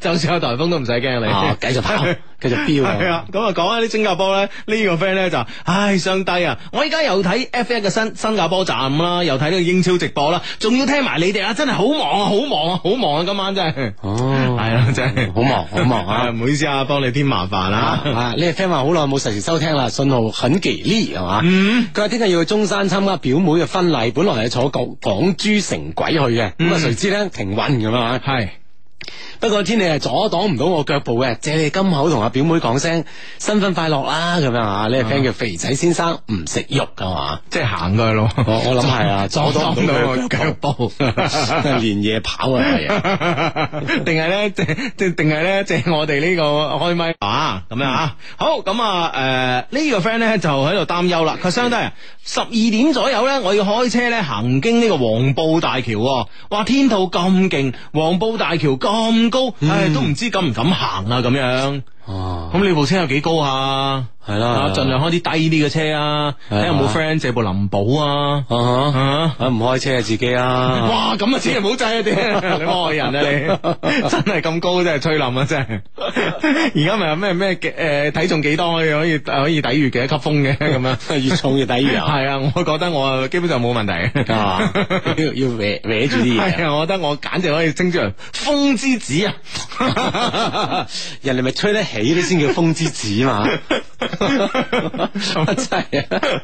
就算有颱風都唔使驚你，
啊繼續跑繼續飆啊
係啊，咁啊講下啲新加坡咧，呢、個 friend 咧就，唉，上帝啊！我而家又睇 F1 嘅新新加坡站啦，又睇呢個英超直播啦，仲要聽埋你哋啊！真係好忙啊，好忙啊，好忙啊！今晚真係，
哦，
係啊，真係
好忙 好忙啊
唔好意思啊，幫你添麻煩啦。
啊！呢個 friend 話好耐冇實時收聽啦，信號很忌呢係嘛？
嗯
佢話聽日要去中山參加表妹嘅婚禮，本來係坐港港珠城軌去嘅，咁啊誰知咧停運咁啊？
嗯係。
不過天氣係阻擋唔到我腳步嘅，借你金口同阿表妹講聲新婚快樂啦咁樣啊！呢個 friend 叫肥仔先生唔食肉㗎嘛？
即係行過去咯，
我我諗係 啊，阻
撞
擋唔
到
到
我
佢
腳
腳
步，
步， 連夜跑啊！係啊
定係咧，即即定係咧，借我哋呢個開咪啊，咁樣啊。好，咁啊，诶，呢個 friend 咧就喺度擔憂啦。佢相低啊，十二點左右咧，我要開車咧行經呢個黃埔大橋喎。哇，天道咁勁，黃埔大橋咁高，唉，都唔知敢唔敢行啊，咁樣。
哦，
咁你部車有幾高啊？
係啦
啊
係啦
盡量開啲低啲嘅車啊，
係
睇
啊
下有冇 friend 借部林寶啊。
啊哈，唔開車啊自己啦。
哇！咁啊，千祈唔好制啊！啲 你害人啊！你 真係咁高，真係吹冧啊！真係。 而家咪有咩咩诶體重幾多可以可以可以抵禦幾多級風 嘅咁樣，
越重越抵禦啊
係啊，我覺得我啊基本上冇問題。
係 嘛？要要搲搲住啲嘢
係。啊，我覺得我簡直可以稱之為風之子啊！
人哋咪吹得起咧，先叫風之子 嘛。
啊
真係啊，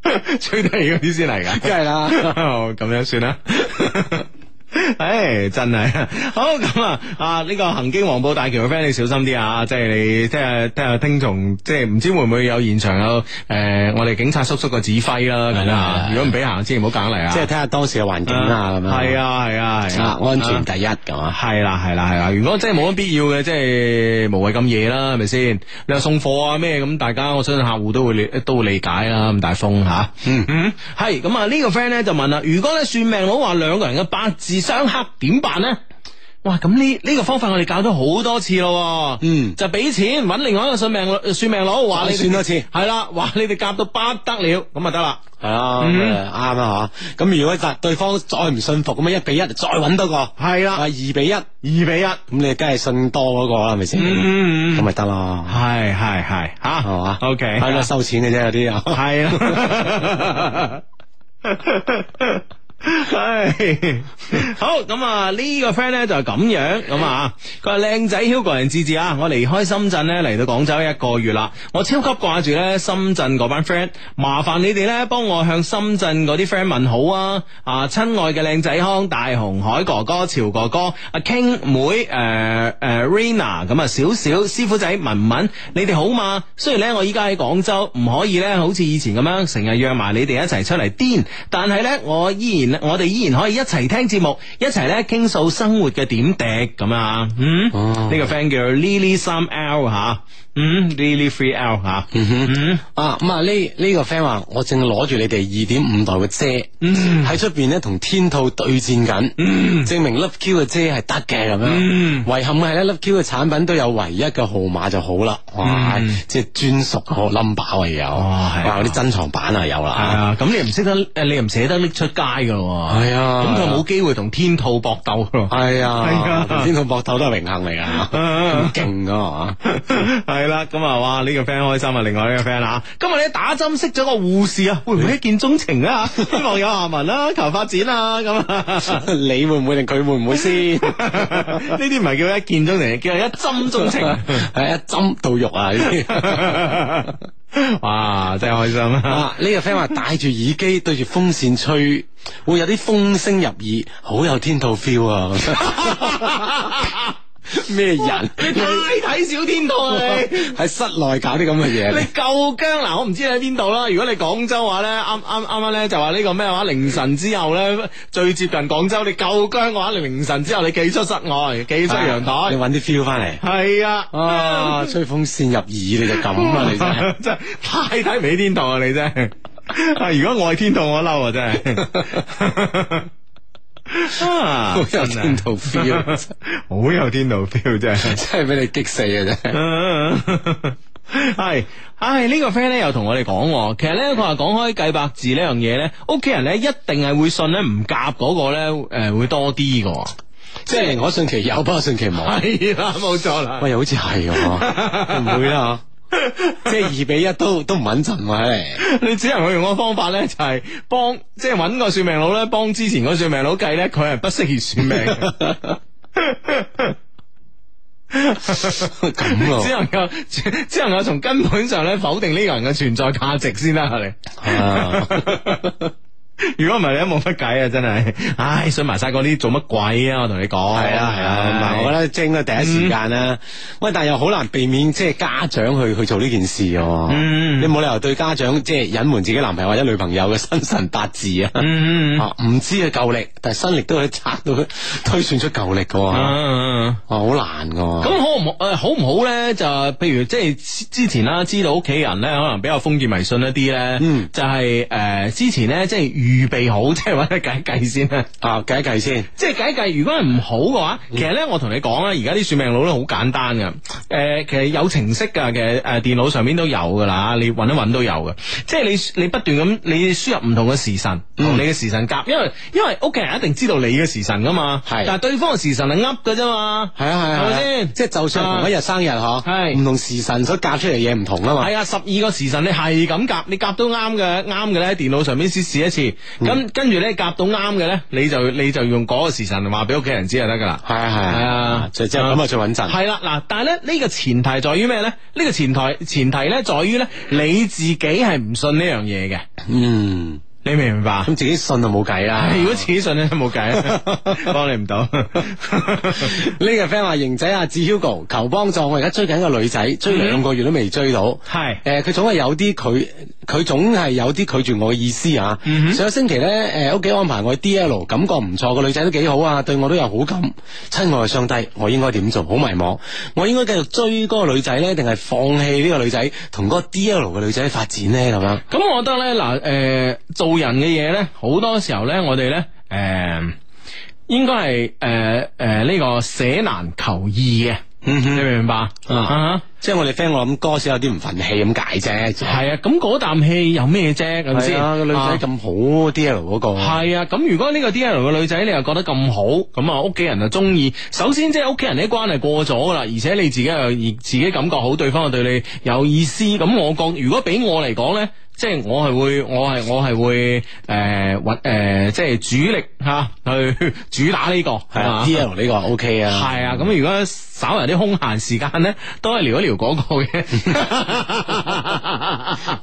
吹低嗰啲先嚟噶，
梗係啦
哦咁樣算啦。 唉，真係好咁啊！啊，呢、個行經黃埔大橋嘅 friend，你小心啲啊！即係你即係聽下聽從，即係唔知會唔會有現場有诶、呃我哋警察叔叔嘅指揮啦咁啊！如果唔俾行，千祈唔好揀嚟啊！
即係睇下當時嘅環境啊，咁樣。
係啊係啊係啊
啊，安全第一咁啊。
係啦係啦係啦，如果真係冇乜必要嘅，即係無謂咁夜啦，係咪先？你話送貨啊咩咁，大家我相信客戶都會理都會理解啦，咁大風吓。嗯嗯，係咁啊，呢個 friend 咧就問啦，如果咧算命佬話兩個人嘅八字相克，點辦呢？哇！咁呢呢個方法我哋教咗好多次咯，嗯，就俾錢揾另外一個算命佬算命佬話你哋
再算多次
係啦，話你哋夾到不得了，咁啊得啦。
係啊，咁啊啱啦吓。咁如果就對方再唔信服，咁啊一比一再揾多個，
係啦
啊二比一，二
比一，咁
你梗係信多嗰個啦，係咪先？
嗯嗯嗯
咁咪得咯，
係係係吓，
係嘛
？OK，
係啦，收錢嘅啫，有啲啊。
系啦。唉，
哎
好咁啊！呢個 friend 咧就係咁樣咁啊，佢話靚仔 Hugo 人志志啊，我離開深圳咧嚟到廣州一個月啦，我超級掛住咧深圳嗰班 friend，麻煩你哋咧幫我向深圳嗰啲 friend 問好啊！啊，親愛嘅靚仔康、大雄、海哥哥、潮哥哥、阿 King 妹、誒、誒、Rina 咁啊，小小師傅仔文文，你哋好嘛？雖然咧我依家喺廣州，唔可以咧好似以前咁樣成日約埋你哋一齊出嚟癲，但係咧我依然我哋依然可以一齊聽節目，一齊咧傾訴生活嘅點滴咁啊，嗯，呢、
哦
個 friend 叫 Lily 三 L 吓，嗯，Lily Three L 吓，嗯
啊咁啊呢呢個 friend 話，我正攞住你哋二點五代嘅遮，
嗯
喺出邊咧同天兔對戰緊，證明 Love Q 嘅遮係得嘅咁
嗯
樣。遺憾嘅係咧，Love Q 嘅產品都有唯一嘅號碼就好啦，哇！即係專屬個 number 啊有，
嗯係啊
哇！嗰啲珍藏版啊有
係
啦。
啊，咁你唔識得誒，你又唔捨得拎出街噶咯，
係啊
咁佢冇機會同天兔搏鬥咯，
係啊
係啊，
同天兔搏鬥都係榮幸嚟啊，咁勁噶
系啦，咁啊，哇！呢、個 friend 開心啊，另外呢個 friend 啊，今日咧打針識咗個護士啊，會唔會一見鐘情啊？希望有下文啦、求發展啊，咁 啊。
係嘛？你會唔會定佢會唔會 先？
呢啲唔係叫一見鐘情，叫一針鐘情，
係一針到肉啊！呢 啲。
哇，真係開心啊！
啊！呢、個 friend 話戴住耳機對住風扇吹，會有啲風聲入耳，好有天兔 feel 啊！咩人？
你太睇小天兔啊！你
喺室內搞啲咁嘅嘢，
你夠姜嗱，我唔知你喺邊度啦。如果你廣州話咧，啱啱啱啱咧就話呢個咩話凌晨之後咧最接近廣州，你夠姜嘅話，你凌晨之後你寄出室外，寄出陽台，
啊 你揾啲 feel 翻嚟。
係啊，
啊！吹風扇入耳你就咁啊！你 真係
真係太睇唔起天堂啊！你真係，啊！如果我係天堂，我嬲啊！真係。 啊！
好有天
道
道 feel
好有天道 feel 真 係，嗯
真係俾你激死啊！ 真係。
系，唉，呢、個 friend 咧又同我哋講喎，其實咧佢話講開計百字呢樣嘢咧，屋企人咧一定係會信咧唔夾嗰個咧，诶、會多啲噶。
即係寧可信其有，不可信其冇。
係啦，冇錯啦。
喂，又好似係喎， 唔會 啦嚇，即係二比一都都唔穩陣喎，睇嚟
你只能去用個方法咧，就係幫即係揾個算命佬咧，幫之前嗰個算命佬計咧，佢係不適宜算命 嘅。只能夠只只能夠從根本上咧否定呢個人嘅存在價值先啦，
啊
你。如果唔係你都冇乜計啊！真係，唉，信埋晒嗰啲做乜鬼啊！我同你講，
係啦係啦，咁啊，我覺得即係應該第一時間啦。
嗯
喂，但係又好難避免即係家長去去做呢件事喎。
嗯
你冇理由對家長即係隱瞞自己男朋友或者女朋友嘅生辰八字
嗯
啊。啊，唔知嘅舊力，但係新力都可以拆到 推算出舊力嘅喎。
嗯
啊，好難嘅喎。
咁好唔好？誒好唔好咧？就譬如即係之之前啦，知道屋企人咧可能比較封建迷信一啲咧，
嗯
就係、呃之前咧即係預備好，即係揾佢 計一計先啦。
啊，計一計先。嗯
即係計一計，如果係唔好嘅話，其實咧我同你講啦，而家啲算命佬咧好簡單嘅，誒、其實有程式㗎嘅，誒、呃電腦上面都有㗎啦，你揾一揾都有嘅。即係你你不斷咁你輸入唔同嘅時辰，
嗯
同你嘅時辰夾，因為因為屋企人一定知道你嘅時辰㗎嘛，係，但係對方嘅時辰係噏㗎啫嘛，
係啊係啊，
係咪
係啊
先啊
即係就算係同一日生日嗬，
係
唔同時辰所夾出嚟嘢唔同啊嘛。
系啊，十二個時辰你係咁夾，你夾到啱嘅，啱嘅咧，電腦上面試試一次，
嗯
咁跟住咧夾到啱嘅咧，你就你就用嗰個時辰話俾屋企人知就得噶啦。
係啊係
係啊
就即係咁啊最穩陣。
係啦，嗱，但係咧呢個前提在於咩咧？呢個前提前提咧在於咧你自己係唔信呢樣嘢嘅，
嗯，
你明唔明白？
咁自己信就冇計啦。
如果自己信咧冇計，啊幫你唔到。
呢個 friend 話：型仔阿志 Hugo 求幫助，我而家追緊一個女仔，追兩個月都未追到。
係
誒，佢總係有啲拒，佢總係有啲拒絕我嘅意思啊。上個星期咧，誒屋企安排我去 D L，感覺唔錯，個女仔都幾好啊，對我都有好感。親愛嘅上帝，我應該點做？好迷茫，我應該繼續追嗰個女仔咧，定係放棄呢個女仔，同嗰個 D L 嘅女仔發展咧？咁樣
咁我覺得咧，嗱，诶、做人嘅嘢咧，好多時候咧，我哋咧，诶、應該係诶诶呢個捨難求易嘅，你明唔明白？啊
嗯即係我哋 friend，我諗歌手有啲唔憤氣咁解啫。
系啊，咁嗰啖氣有咩啫？係咪
係
先？
啊，個女
啊
仔咁好 D L 嗰個。
係啊，咁如果呢個 D L 嘅女仔你又覺得咁好，咁啊屋企人就中意。首先即係屋企人呢關係過咗噶啦，而且你自己又而自己感覺好，對方又對你有意思。咁我覺如果俾我嚟講咧，即係我係會，我係我係會诶搵诶，即係主力吓、去 主打呢、個
系啊，D L 呢個 O K 啊，
係啊，咁如果稍為有啲空閒時間咧，都係聊一聊嗰個 嘅，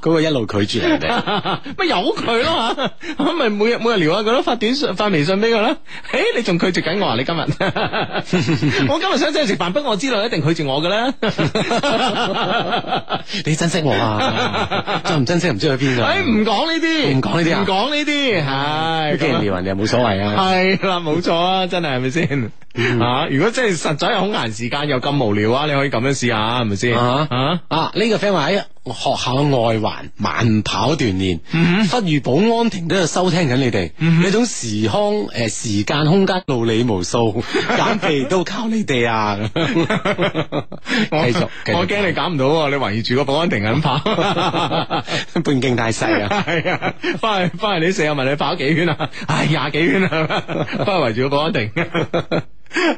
嗰個一路拒絕人哋，
咪由佢咯吓，咁咪每日每日聊下佢咯，發短信、發微信俾佢啦。诶、你仲拒絕緊我啊？你 今日，我今日想請你食飯，不過我知道你一定拒絕我噶啦。
你珍惜我啊，真唔珍惜唔知去邊啊
诶，，唔講呢啲，
唔講呢啲啊
唔講呢啲，唉，
既然
咁啊
撩人哋又冇所謂啊，
系啦，冇錯啊，真係係咪先？
嗯
啊，如果真係實在有空閒時間又咁無聊啊，你可以咁樣試下，係咪先？
啊
啊，
啊呢個 friend 話哎呀學校嘅外環慢跑鍛煉，
嗯
忽如保安亭都有收聽緊你哋，呢種時空誒、呃、時間空間道理無 數，減肥都靠你哋啊！咁樣繼續，繼續
我驚你減唔到喎，你圍住個保安亭咁跑，
半徑太細啊！
係啊，翻去翻去你四啊問你跑幾圈啊？唉，廿幾 圈啊，翻去圍住個保安亭。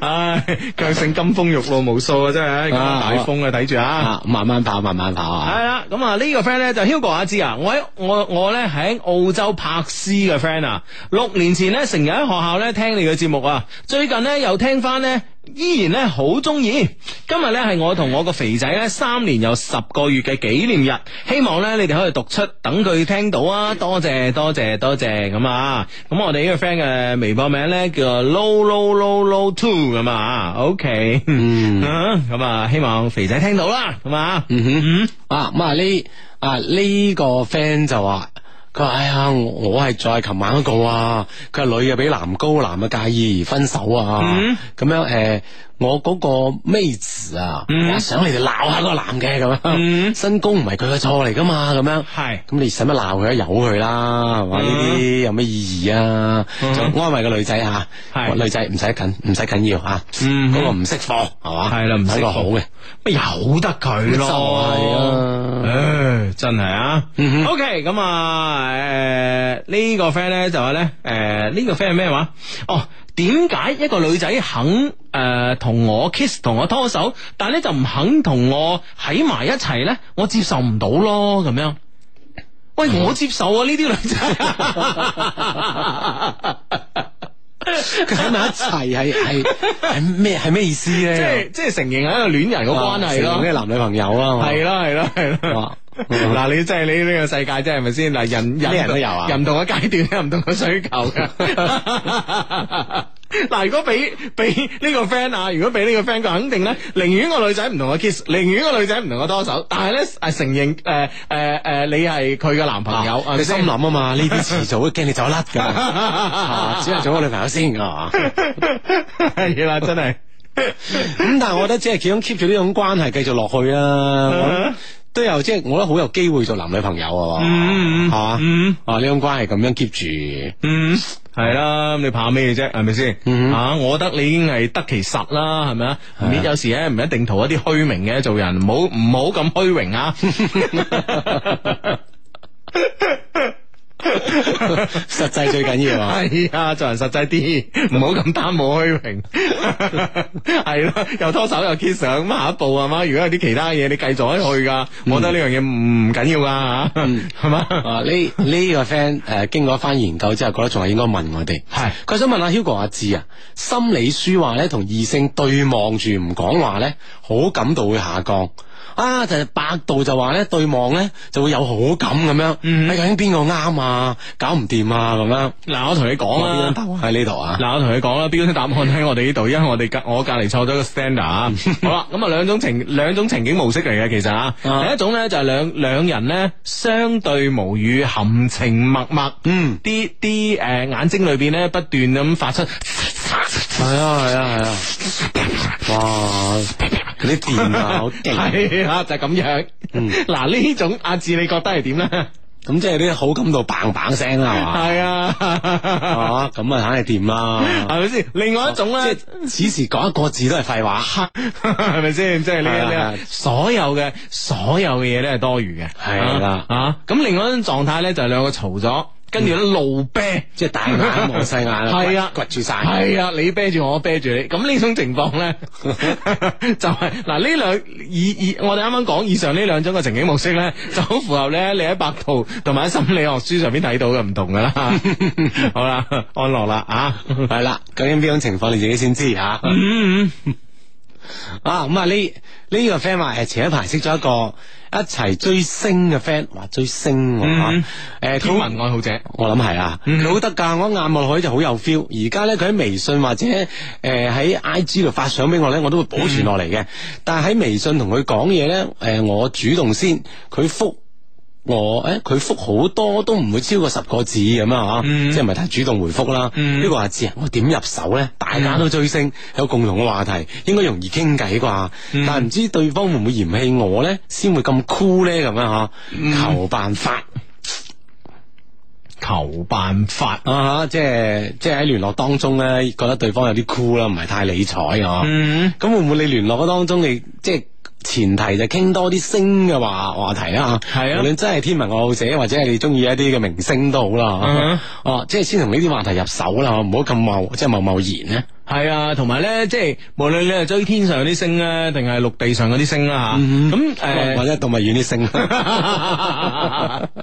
唉，佢性金風玉露無數啊，真係咁大風啊，睇住啊！
慢慢跑，慢慢跑啊！
係啦，咁啊呢個 friend 咧就 Hugo 阿芝啊，我喺我我咧喺澳洲柏斯嘅 friend 啊，六年前咧成日喺學校咧聽你嘅節目啊，最近咧又聽翻咧。依然咧好中意，今日咧係我同我個肥仔咧三年又十個月嘅紀念日，希望咧你哋可以讀出，等佢聽到啊！多謝多謝多謝咁啊！咁我哋呢個 friend 嘅微博名咧叫做 low low low low two 咁啊，OK，嗯，咁 啊希望肥仔聽到啦，咁啊，
嗯哼，啊咁啊呢啊呢個 friend 就話。佢話：哎呀，我我係再係琴晚嗰個啊！佢話女嘅俾男高，男嘅介意而分手啊！咁、樣誒、呃我嗰個妹子啊，我想你哋鬧下個男嘅咁樣，新工唔係佢嘅錯嚟噶嘛，咁樣。嗯係。嗯咁你使乜鬧佢啊？由佢啦，係嘛？呢啲有咩意義啊？就安慰個女仔嚇，女仔唔使緊，唔使緊要嚇。嗰個唔識貨係嘛？嗯係啦，唔識個好嘅，
乜由得佢咯？
就係啊。嗯
唉，真係啊。OK，咁啊，誒呢個 friend 咧就係咧，誒呢個 friend 係咩話？哦，點解一個女仔肯誒同我 kiss 同我拖手，但係咧就唔肯同我喺埋一齊咧？我接受唔到咯，咁樣。喂，
嗯
我接受啊！呢啲女
喺埋一齊係
仔
係係咩係咩意思咧？
即係即係承認係啊一個戀人嘅關係
啊
咯
成。為男女朋友啊嘛。
係啦係啦係啦。嗱，你真係你呢個世界真係咪先？嗱，人
咩人都有啊
人唔同嘅階段有唔同嘅需求嘅。 嗱，如果俾俾呢個 friend 啊，如果俾呢個 friend，佢肯定咧，寧願個女仔唔同我 kiss，寧願個女仔唔同我多手，但係咧誒承認誒誒誒，你係佢嘅男朋友，係咪
你心
先
諗啊 嘛，呢啲遲早都驚你走甩噶，啊只係做我女朋友先啊。
係啦，真係。
咁但係我覺得只係始終 keep 住呢種關係繼續落去啊，
嗯
我都有即係我覺得好有機會做男女朋友啊，係嘛？啊呢種關係咁樣 keep 住，嗯
嗯，系啦，咁你怕咩啫？係咪先？啊，我覺得你已經係得其實啦，係咪啊？唔有時咧唔一定圖一啲虛名嘅，做人唔好唔好咁虛榮啊！
實際最緊要啊。
係啊，做人實際啲，唔好咁貪慕虛榮。係咯，又拖手又 kiss 啊咁下一步係嘛？如果有啲其他嘢，你繼續可以去噶。我覺得呢樣嘢唔唔緊要噶嗯吓，係嘛？
啊！呢呢個 friend 誒經過一番研究之後，覺得仲係應該問我哋。係佢想問下 Hugo 阿志啊，心理書話咧同異性對望住唔講話咧，好感度會下降。啊！就係百度就話咧對望咧就會有好感咁樣。嗯，究竟邊個啱啊？搞唔掂啊咁樣。
嗱，我同你講
我呢
啦
張。答案喺呢度啊。
嗱，我同你講啦，標準答案喺我哋呢度，因為我哋隔我隔離錯咗個 standard 啊。好啦，咁啊兩種情兩種情景模式嚟嘅，其實啊，第一種咧就係兩兩人咧相對無語，含情脈脈，嗯，啲啲誒眼睛裏邊咧不斷咁發出。
係啊係 啊係啊！哇！你電啊，好勁啊！
係啊，就係咁樣。嗱呢種阿志，你覺得係點咧？
咁即係啲好感度棒棒聲啦，係嘛？
係啊，
啊，咁啊，肯定掂啦。
係咪先？另外一種咧，
此時講一個字都係廢話，
係咪先？即係呢
係
呢
啊
所有嘅所有嘅嘢咧係多餘嘅，
係啦
啊。咁另外一種狀態咧就係兩個嘈咗，跟住咧怒啤，
即係大 眼望細眼啦，
係啊
掘住晒，
係啊，你啤住我，我啤住你。咁呢種情況 咧，就係嗱呢兩以以我哋啱啱講以上呢兩種嘅情景模式咧，就好符合咧你喺百度同埋喺心理學書上邊睇到嘅唔同噶啦。 好啦，安樂啦啊，嗯
係啦，究竟邊種情況你自己先知吓。啊，咁啊呢呢個 friend 話誒前一排識咗一個一齊追星嘅 friend，話追星喎
嗯
嚇誒
天
佢
文愛好者。嗯
我諗係啊，佢好得噶，我一眼望落去就好有 feel。而家咧，佢喺微信或者誒喺 I G 度發相俾我咧，我都會保存
嗯
落嚟嘅。但係喺微信同佢講嘢咧，誒、我主動先，佢覆我诶，佢覆好多都唔會超過十個字咁啊，即係唔係太主動回覆啦。呢個阿志啊，我點入手咧？大家都追星，有共同嘅話題，應該容易傾偈啩。但係唔知對方會唔會嫌棄我咧，先會咁酷咧咁樣啊吓？求辦法。求辦法啊！哈即係即係喺聯絡當中咧，覺得對方有啲酷啦，唔係太理睬啊。
嗯
咁會唔會你聯絡嘅當中，你即係前提就傾多啲星嘅話話題啦？係啊，無論真係天文愛好者，或者係你中意一啲嘅明星都好啦
嗯。
哦、即係先從呢啲話題入手啦，唔好咁貿即係貿貿然咧。
系啊，同埋咧，即系無論你係追天上嗰啲星咧，定係陸地上嗰啲星啦吓，咁诶
嗯或者動物園啲星。啊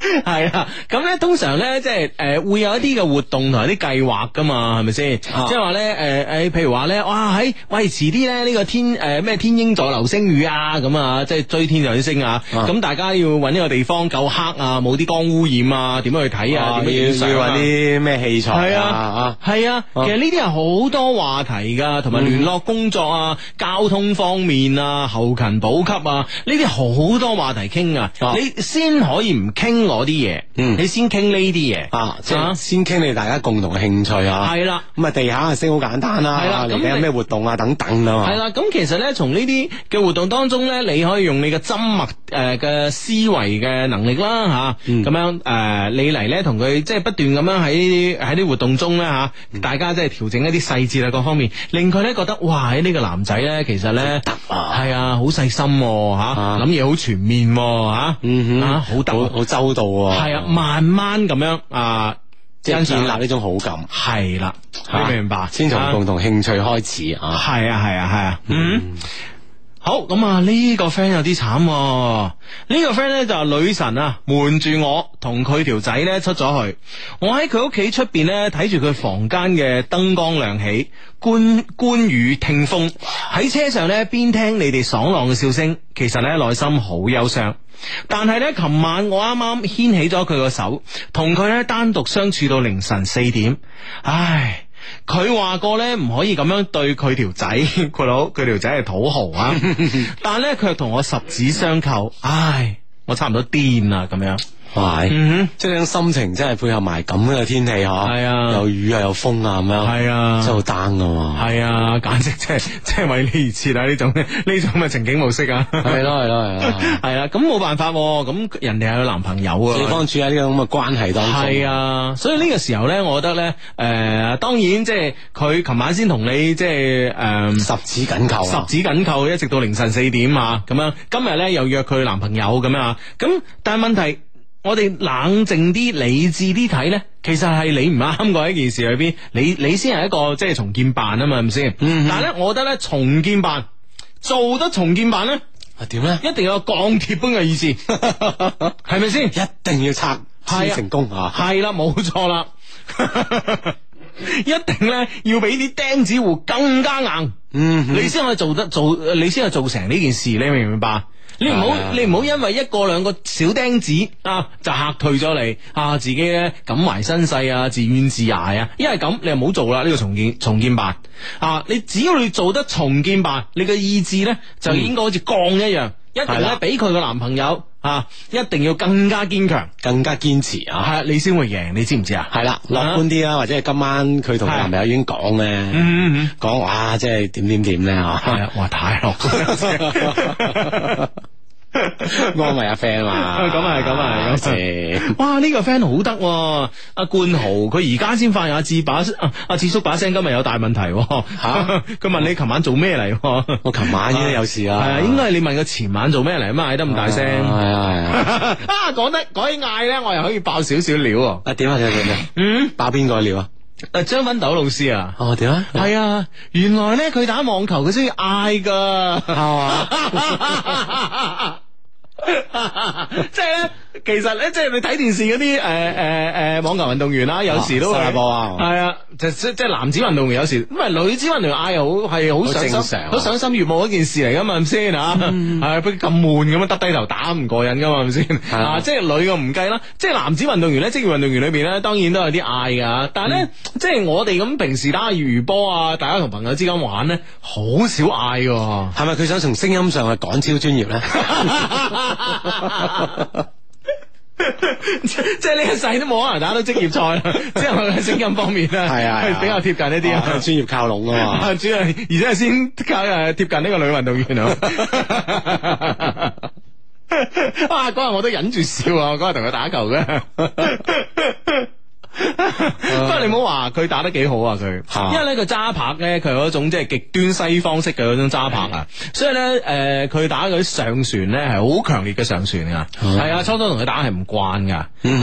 系啦，啊咁咧通常咧即系诶会有一啲嘅活動同埋啲計劃噶嘛，係咪先？
啊
即係話咧诶诶，譬如話咧，哇喺喂遲啲咧呢個天诶咩、天鷹座流星雨啊咁啊，即係追天上啲星啊，咁、大家要揾一個地方夠黑啊，冇啲光污染啊，點樣去睇啊？
哦
點樣影相
要
啊
要揾啲咩器材啊嗯
係啊，係啊，其實呢啲係好多話題噶，同埋聯絡工作啊、交通方面啊、後勤補給啊，呢啲好多話題傾啊。你先可以唔傾嗰啲嘢，
嗯
你先傾呢啲嘢
啊，即係先傾你大家共同嘅興趣啊。
係啦，
咁啊地下嘅星好簡單
係啦
啦，
咁
嚟緊有
你
咩活動啊等等啊嘛
系。啦，咁其實咧，從呢啲嘅活動當中咧，你可以用你嘅針墨诶嘅思維嘅能力啦吓，咁、樣诶、呃你嚟咧同佢即係不斷咁樣喺喺啲活動中咧吓，大家即係調整一啲細節啊各方面，令佢咧覺得哇，呢、個男仔咧其實咧得啊，係啊，好細心喎吓，諗嘢好全面喎吓，嗯哼，好得
好周到喎，
係啊，慢慢咁樣啊，
即係
欣賞
建立呢種好感。
係啦，你明唔明白？
先從
啊
共同興趣開始啊。
系啊，系啊，系啊。嗯。好咁啊！呢、個 friend 有啲慘喎，呢、個 friend 咧就話女神啊，瞞住我同佢條仔咧出咗去，我喺佢屋企出邊咧睇住佢房間嘅燈光亮起，觀觀雨聽風，喺車上咧邊聽你哋爽朗嘅笑聲，其實咧內心好憂傷。但係咧，琴晚我啱啱牽起咗佢個手，同佢咧單獨相處到凌晨四點，唉。佢話過咧唔可以咁樣對佢條仔， 佢佬佢條仔係土豪 啊，但咧卻同我十指相扣，唉，我差唔多癲啊啦咁樣。
哇！即係呢種心情真係配合埋咁樣嘅天氣嗬，係啊，有雨啊，有風啊咁樣，
係啊
真係好 down 噶嘛。
係啊，簡直即係即係為你而設啊！呢種 呢種嘅情景模式啊，
係咯係咯係 咯，
係啦，咁冇辦法喎，咁人哋係有男朋友啊，
對方處喺呢個咁嘅關係當中，
係啊，所以呢個時候咧，我覺得咧，诶、當然即係佢琴晚先同你即係诶、誒
十指緊扣
十
啊
指緊扣，一直到凌晨四點啊，咁樣今日咧又約佢男朋友咁樣啊，咁但係問題。我哋冷靜啲、理智啲睇咧，其實係你唔啱嗰一件事裏邊，你你先係一個即係重建辦啊嘛，係咪先？
嗯
但係咧，我覺得咧，重建辦做得重建辦咧，
啊點咧？
一定有鋼鐵般嘅 意志，係咪先？
一定要拆先
係啊
成功啊！
系啦，冇错啦， 一定咧要俾啲钉子户更加硬，
嗯，
你先可以做得做，你先可以做成呢件事，你明唔明白？你唔好
係啊
你唔好因為一個兩個小釘子啊，就嚇退咗你啊！自己咧感懷身世啊，自怨自艾啊！因為咁你就唔好做啦，呢、個重建重建辦啊！你只要你做得重建辦，你嘅意志咧就應該好似鋼一樣，一定
嗯係
咧
啦
比佢個男朋友啊，一定要更加堅強。
更加堅持啊！
系你先會贏，你知唔知啊？
系啦，樂觀啲啦，啊或者係今晚佢同佢男朋友已經講
嗯
咧，講哇，即係點點啊點咧吓，
啊哇太樂
觀，安慰阿 friend 嘛，
咁啊係咁啊係咁啊
先
哇！呢、個 friend 好得喎，阿冠豪佢而家先發現阿志把啊阿志叔把聲今日有大問題喎
嚇
佢問你琴晚做咩嚟喎？
我琴晚已經有事啦
係啊，應該係你問佢前晚做咩嚟啊嘛，嗌得咁大聲。
係啊係啊。
啊，講得講起嗌咧，我又可以爆少少料喎。
啊點啊點啊點啊，
嗯，
爆邊個料啊？
誒張斌斗老師啊，
哦點啊？
係啊，原來咧佢打網球佢中意嗌噶，係
嘛？
即係咧，其實咧，即係你睇電視嗰啲诶诶诶網球運動員啦，有時都
啊沙波啊
係啊，即即即係男子運動員有時，因為女子運動員嗌又好係好
好
上
正
心
常啊，嗯
好上心悦目一件事嚟噶嘛，係咪先啊？係不過咁悶咁樣耷低頭打唔過癮噶嘛，係咪 先
啊
啊？即係女嘅唔計啦，即係男子運動員咧，職業運動員裏邊咧，當然都有啲嗌噶，但係
嗯
咧，即係我哋咁平時打下魚波啊，大家同朋友之間玩咧，好少嗌噶。
係咪佢想從聲音上去趕超專業咧？
即即係呢一世都冇可能打到職業賽啦， 即係我嘅聲音方面咧，係
啊係啊
比較貼近一啲啊
啊，專業靠攏啊嘛。
啊，主要係而且係先靠誒貼近呢個女運動員啊。 啊！嗰日我都忍住笑啊！我嗰日同佢打球嘅，不過你唔好話佢打得幾好啊！佢，
嚇
因為咧佢揸拍咧，佢有一種即係極端西方式嘅嗰種揸拍啊，所以咧誒，呃佢、打嗰啲上旋咧係好強烈嘅上旋啊，
嗯
係啊，初初同佢打係唔慣噶，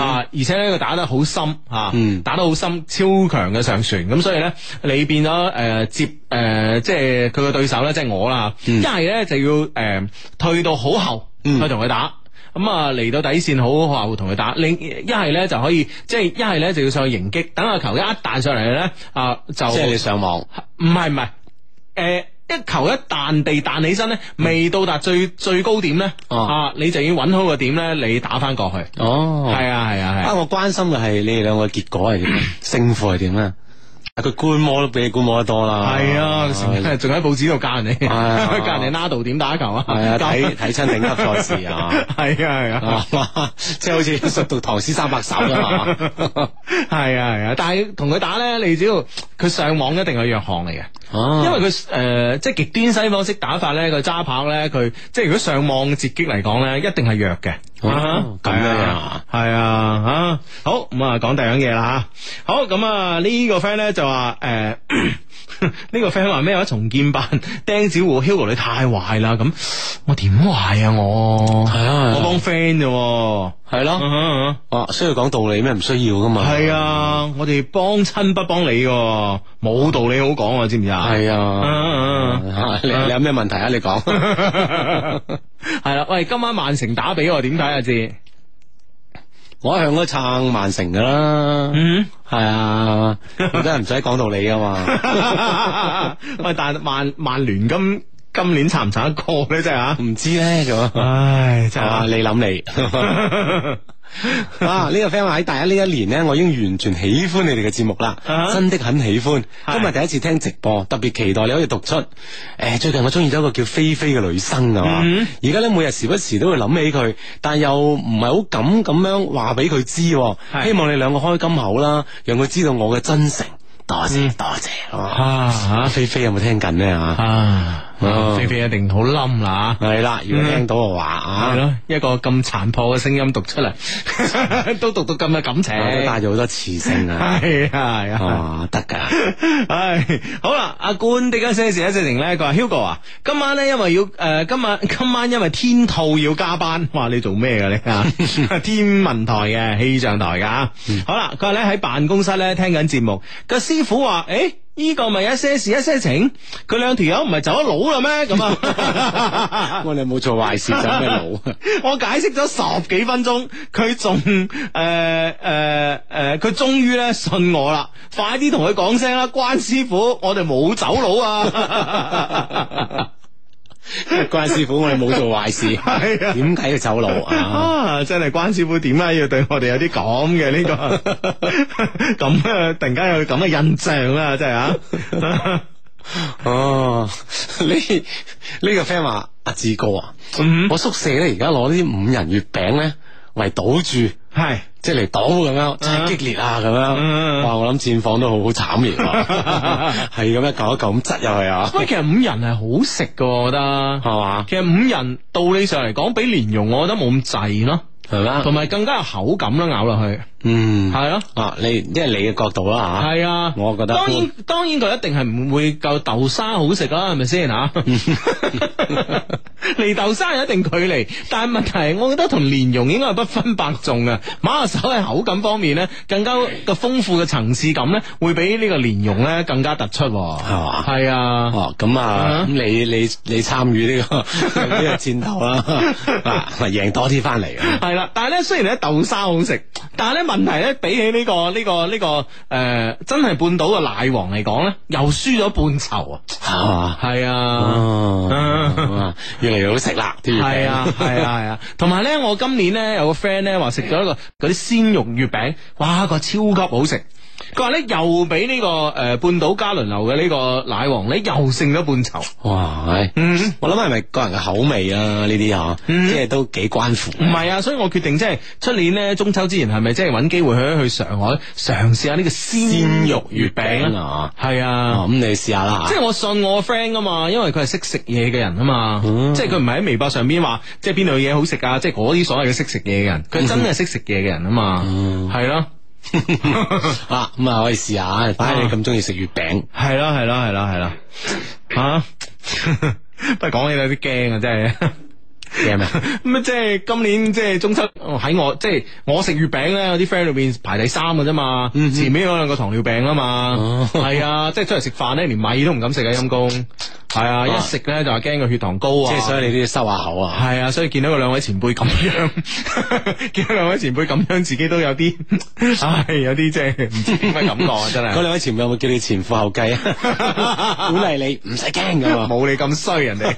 啊，而且咧佢打得好深啊，
嗯
打得好深，超強嘅上旋，咁所以咧你變咗誒、呃接誒、呃即係佢嘅對手咧，即係我啦，
嗯
一係咧就要誒、呃退到好後去同佢打。咁啊，嚟到底線好好後同佢打，另一係咧就可以，即係一係咧就要上去迎擊，等個球一彈上嚟咧，啊就
即係你上網，
唔係唔係，誒、呃一球一彈地彈起身咧，未到達最最高點咧，啊你就要揾好個點咧，你打翻過去。
哦，
係啊係啊係啊
啊！我關心嘅係你哋兩個結果係點，勝負係點啊？啊佢觀摩都比你觀摩得多啦。
係啊，成日仲喺報紙度教人哋，
啊
教人哋 Nado 點打球啊，
係啊，睇睇親頂級賽事啊。
係啊係啊，
哇！ 即係好似熟讀唐詩三百首啊嘛。
係啊係啊，但係同佢打咧，你只要佢上網一定係弱項嚟嘅。
哦
因為佢誒、呃即係極端西方式打法咧，佢揸跑咧，佢即係如果上網截擊嚟講咧，一定係弱嘅。
哦咁樣
啊，係啊，吓好咁啊，講第二樣嘢啦吓。好咁啊，呢個 friend 咧就話誒。 呢個 friend 話咩話重建版 釘子戶 Hugo 你太壞啦咁，我點壞啊我？係
啊
我幫 friend 啫喎，
係
咯，
哦，需要講道理咩？唔需要噶嘛。
係啊，我哋幫親不幫你喎，冇道理好講啊，知唔知啊？
係啊
啊，
你你有咩問題啊？你 講。
係啦，喂，今晚曼城打俾我，點睇啊？志？
我一向都撐曼城噶啦，
嗯，
係啊，真係唔使講道理噶嘛。
喂，但係曼曼聯今今年撐唔撐得過咧？真係啊，
唔知咧咁。
唉，啊
係嘛？你諗 你啊！呢、個 friend 話喺大一呢一年呢，我已經完全喜歡你哋嘅節目啦，
啊
真的很喜歡。今日第一次聽直播，特別期待你可以讀出。誒、最近我中意咗一個叫菲菲嘅女生啊嘛，
嗯
而家呢，每日時不時都會諗起佢，但又唔係好敢咁樣話俾佢知喎。希望你兩個開金口啦，讓佢知道我嘅真誠。多謝、多謝
嗯
哦
啊！
菲菲有冇聽緊呢？
啊？
哦
菲菲一定好冧啦，嗯
係啦，如果聽到嘅話啊
係咯，一個咁殘破嘅聲音讀出嚟， 都讀到咁嘅感情，
啊我都帶咗好多磁性啊！
係啊係
啊，得噶。
唉，好啦，阿官的一些事一些情咧，佢話 Hugo 啊，今晚咧因為要誒、呃今晚 今晚因為天兔要加班，哇！你做咩嘅你啊？ 天文台嘅氣象台噶、啊，
嗯
好啦，佢話咧喺辦公室咧聽緊節目，個師傅話誒。欸呢個咪一些事一些情，佢兩條友唔係走咗佬啦咩？咁 啊，
我哋冇做壞事，走咩佬？啊
我解釋咗十幾分鐘，佢仲誒誒誒，佢終於咧信我啦！快啲同佢講聲啦，關師傅，我哋冇走佬啊！
關師傅，我哋冇做壞 事，點解要走佬啊？
啊，真係關師傅點解要對我哋有啲咁嘅呢個 咁啊？突然間有咁嘅印象啦，真係啊！
哦，呢呢個 friend 話阿志哥啊，
嗯
我宿舍咧而家攞啲五仁月餅咧為賭注，
係嗯
即係嚟賭咁樣，真係激烈啊咁樣。哇，我諗戰況都好好慘烈 啊，係咁一嚿一嚿咁擠入去啊，
喂，其實五仁係好食噶，我覺得係
嘛。
其實五仁道理上嚟講，比蓮蓉我覺得冇咁滯咯，
係啦
同埋更加有口感啦，咬落去。
嗯，
係咯。
啊，你即係你嘅角度啦吓，
係啊，
我覺得
當然當然佢一定係唔會夠豆沙好食啊啦，係咪先 吓？ 離豆沙有一定距離，但係問題係，我覺得同蓮蓉應該係不分伯仲嘅。馬下手喺口感方面咧，更加個豐富嘅層次感咧，會比呢個蓮蓉咧更加突出喎。
係嘛？
係啊，
哦，咁啊，咁
嗯
你你你參與呢個 呢個戰鬥 啦，啊，贏多啲翻嚟啊！
係啦，但係咧，雖然咧豆沙好食，但係咧問題咧，比起呢、個呢、個呢、個誒、呃真係半島嘅奶黃嚟講咧，又輸咗半籌啊！
係嘛？
係
哦咁啊，越嚟越好食啦，啲月餅
嗯係啊，係啊，係啊，同埋咧，我今年咧有個 friend 咧話食咗一個嗰啲鮮肉月餅，哇，個超級好食。佢話咧又俾呢、個呃半島加侖流嘅呢個奶王咧又勝咗半籌。嗯
哇，係我諗係咪個人嘅口味啊？呢啲吓，即係都幾關乎。
唔係啊，所以我決定即係出年咧中秋之前係咪即係揾機會去去上海嘗試下呢個鮮肉月餅啊？
啊，
係啊，
咁你試下啦
即。係我信我 friend 噶嘛，因為佢係識食嘢嘅人啊嘛，即係佢唔係喺微博上邊話即係邊度嘢好食啊，即係嗰啲所謂嘅識食嘢嘅人，佢真係識食嘢嘅人啊嘛，係咯、
啊，咁啊可以試下，反正你咁中意食月餅，
係啦，係啦，係啦，係啦，啊吓， 不過講起有啲驚啊，真係
驚咩？
咁啊即係今年即係中秋喺我即係我食月餅咧，我啲 friend 裏邊排第三嘅啫嘛，前面嗰兩個糖尿病啊嘛，係啊，即係出嚟食飯咧，連米都唔敢食啊，陰公，係啊，一食咧就話驚個血糖高啊，
即係所以你都要收下口啊。
係啊，所以見到佢兩位前輩咁樣， 見到兩位前輩咁樣，自己都有啲， 唉，有啲即係唔知咩感覺啊，真係。
嗰兩位前輩有冇叫你前赴後繼啊？鼓勵 你唔使驚噶 嘛。
冇你咁衰，人哋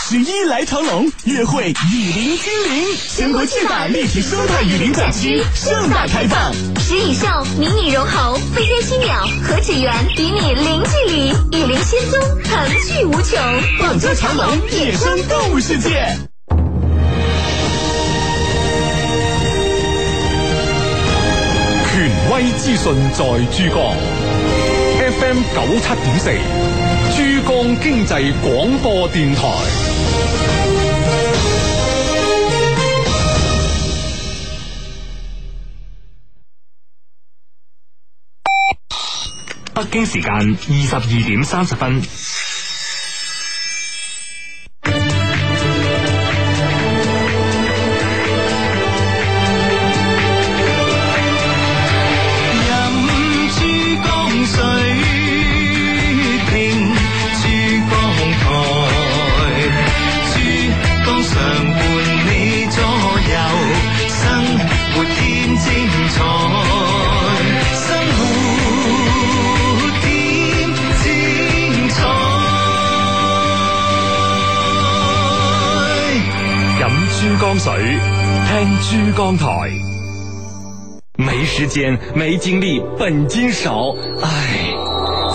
十一来长隆，约会雨林精灵，全国最大立体生态雨林展区盛大开放。
食蚁兽、迷你绒猴、飞天犀鸟、何止猿，比拟零距离，以零仙踪，恒趣无穷。
广州长隆野生动物世界。
权威资讯在珠江，FM 九七点四，珠江经济广播电台。
北京时间二十二点三十分。
饮珠江水，聽珠江台，珠江常伴你左右，生活添精彩，生活添精彩。
哎
饮珠江水，听珠江台。没时间，没精力，本金少，唉。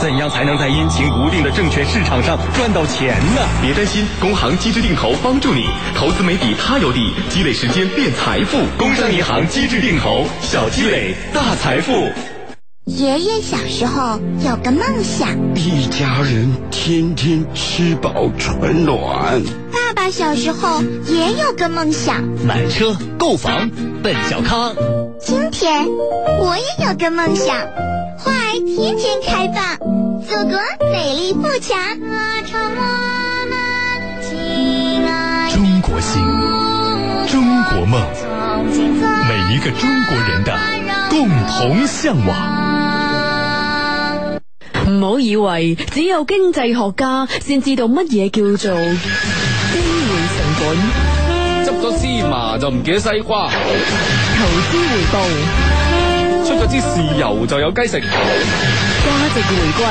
怎样才能在阴晴不定的证券市场上赚到钱呢？
别担心，工行机制定投帮助你投资没底他有底，积累时间变财富。工商银行机制定投，小积累，大财富。
爷爷小时候有个梦想，
一家人天天吃饱穿暖。
爸爸小时候也有个梦想。
买车购房，奔小康。
今天我也有个梦想，花儿天天开放，祖国美丽富强。
中国心，中国梦，每一个中国人的共同向往。
唔好以为只有经济学家先知道乜嘢叫做機會成本、
执咗芝麻就唔記得西瓜，
投資回報、
出咗支豉油就有雞食。
價值回歸。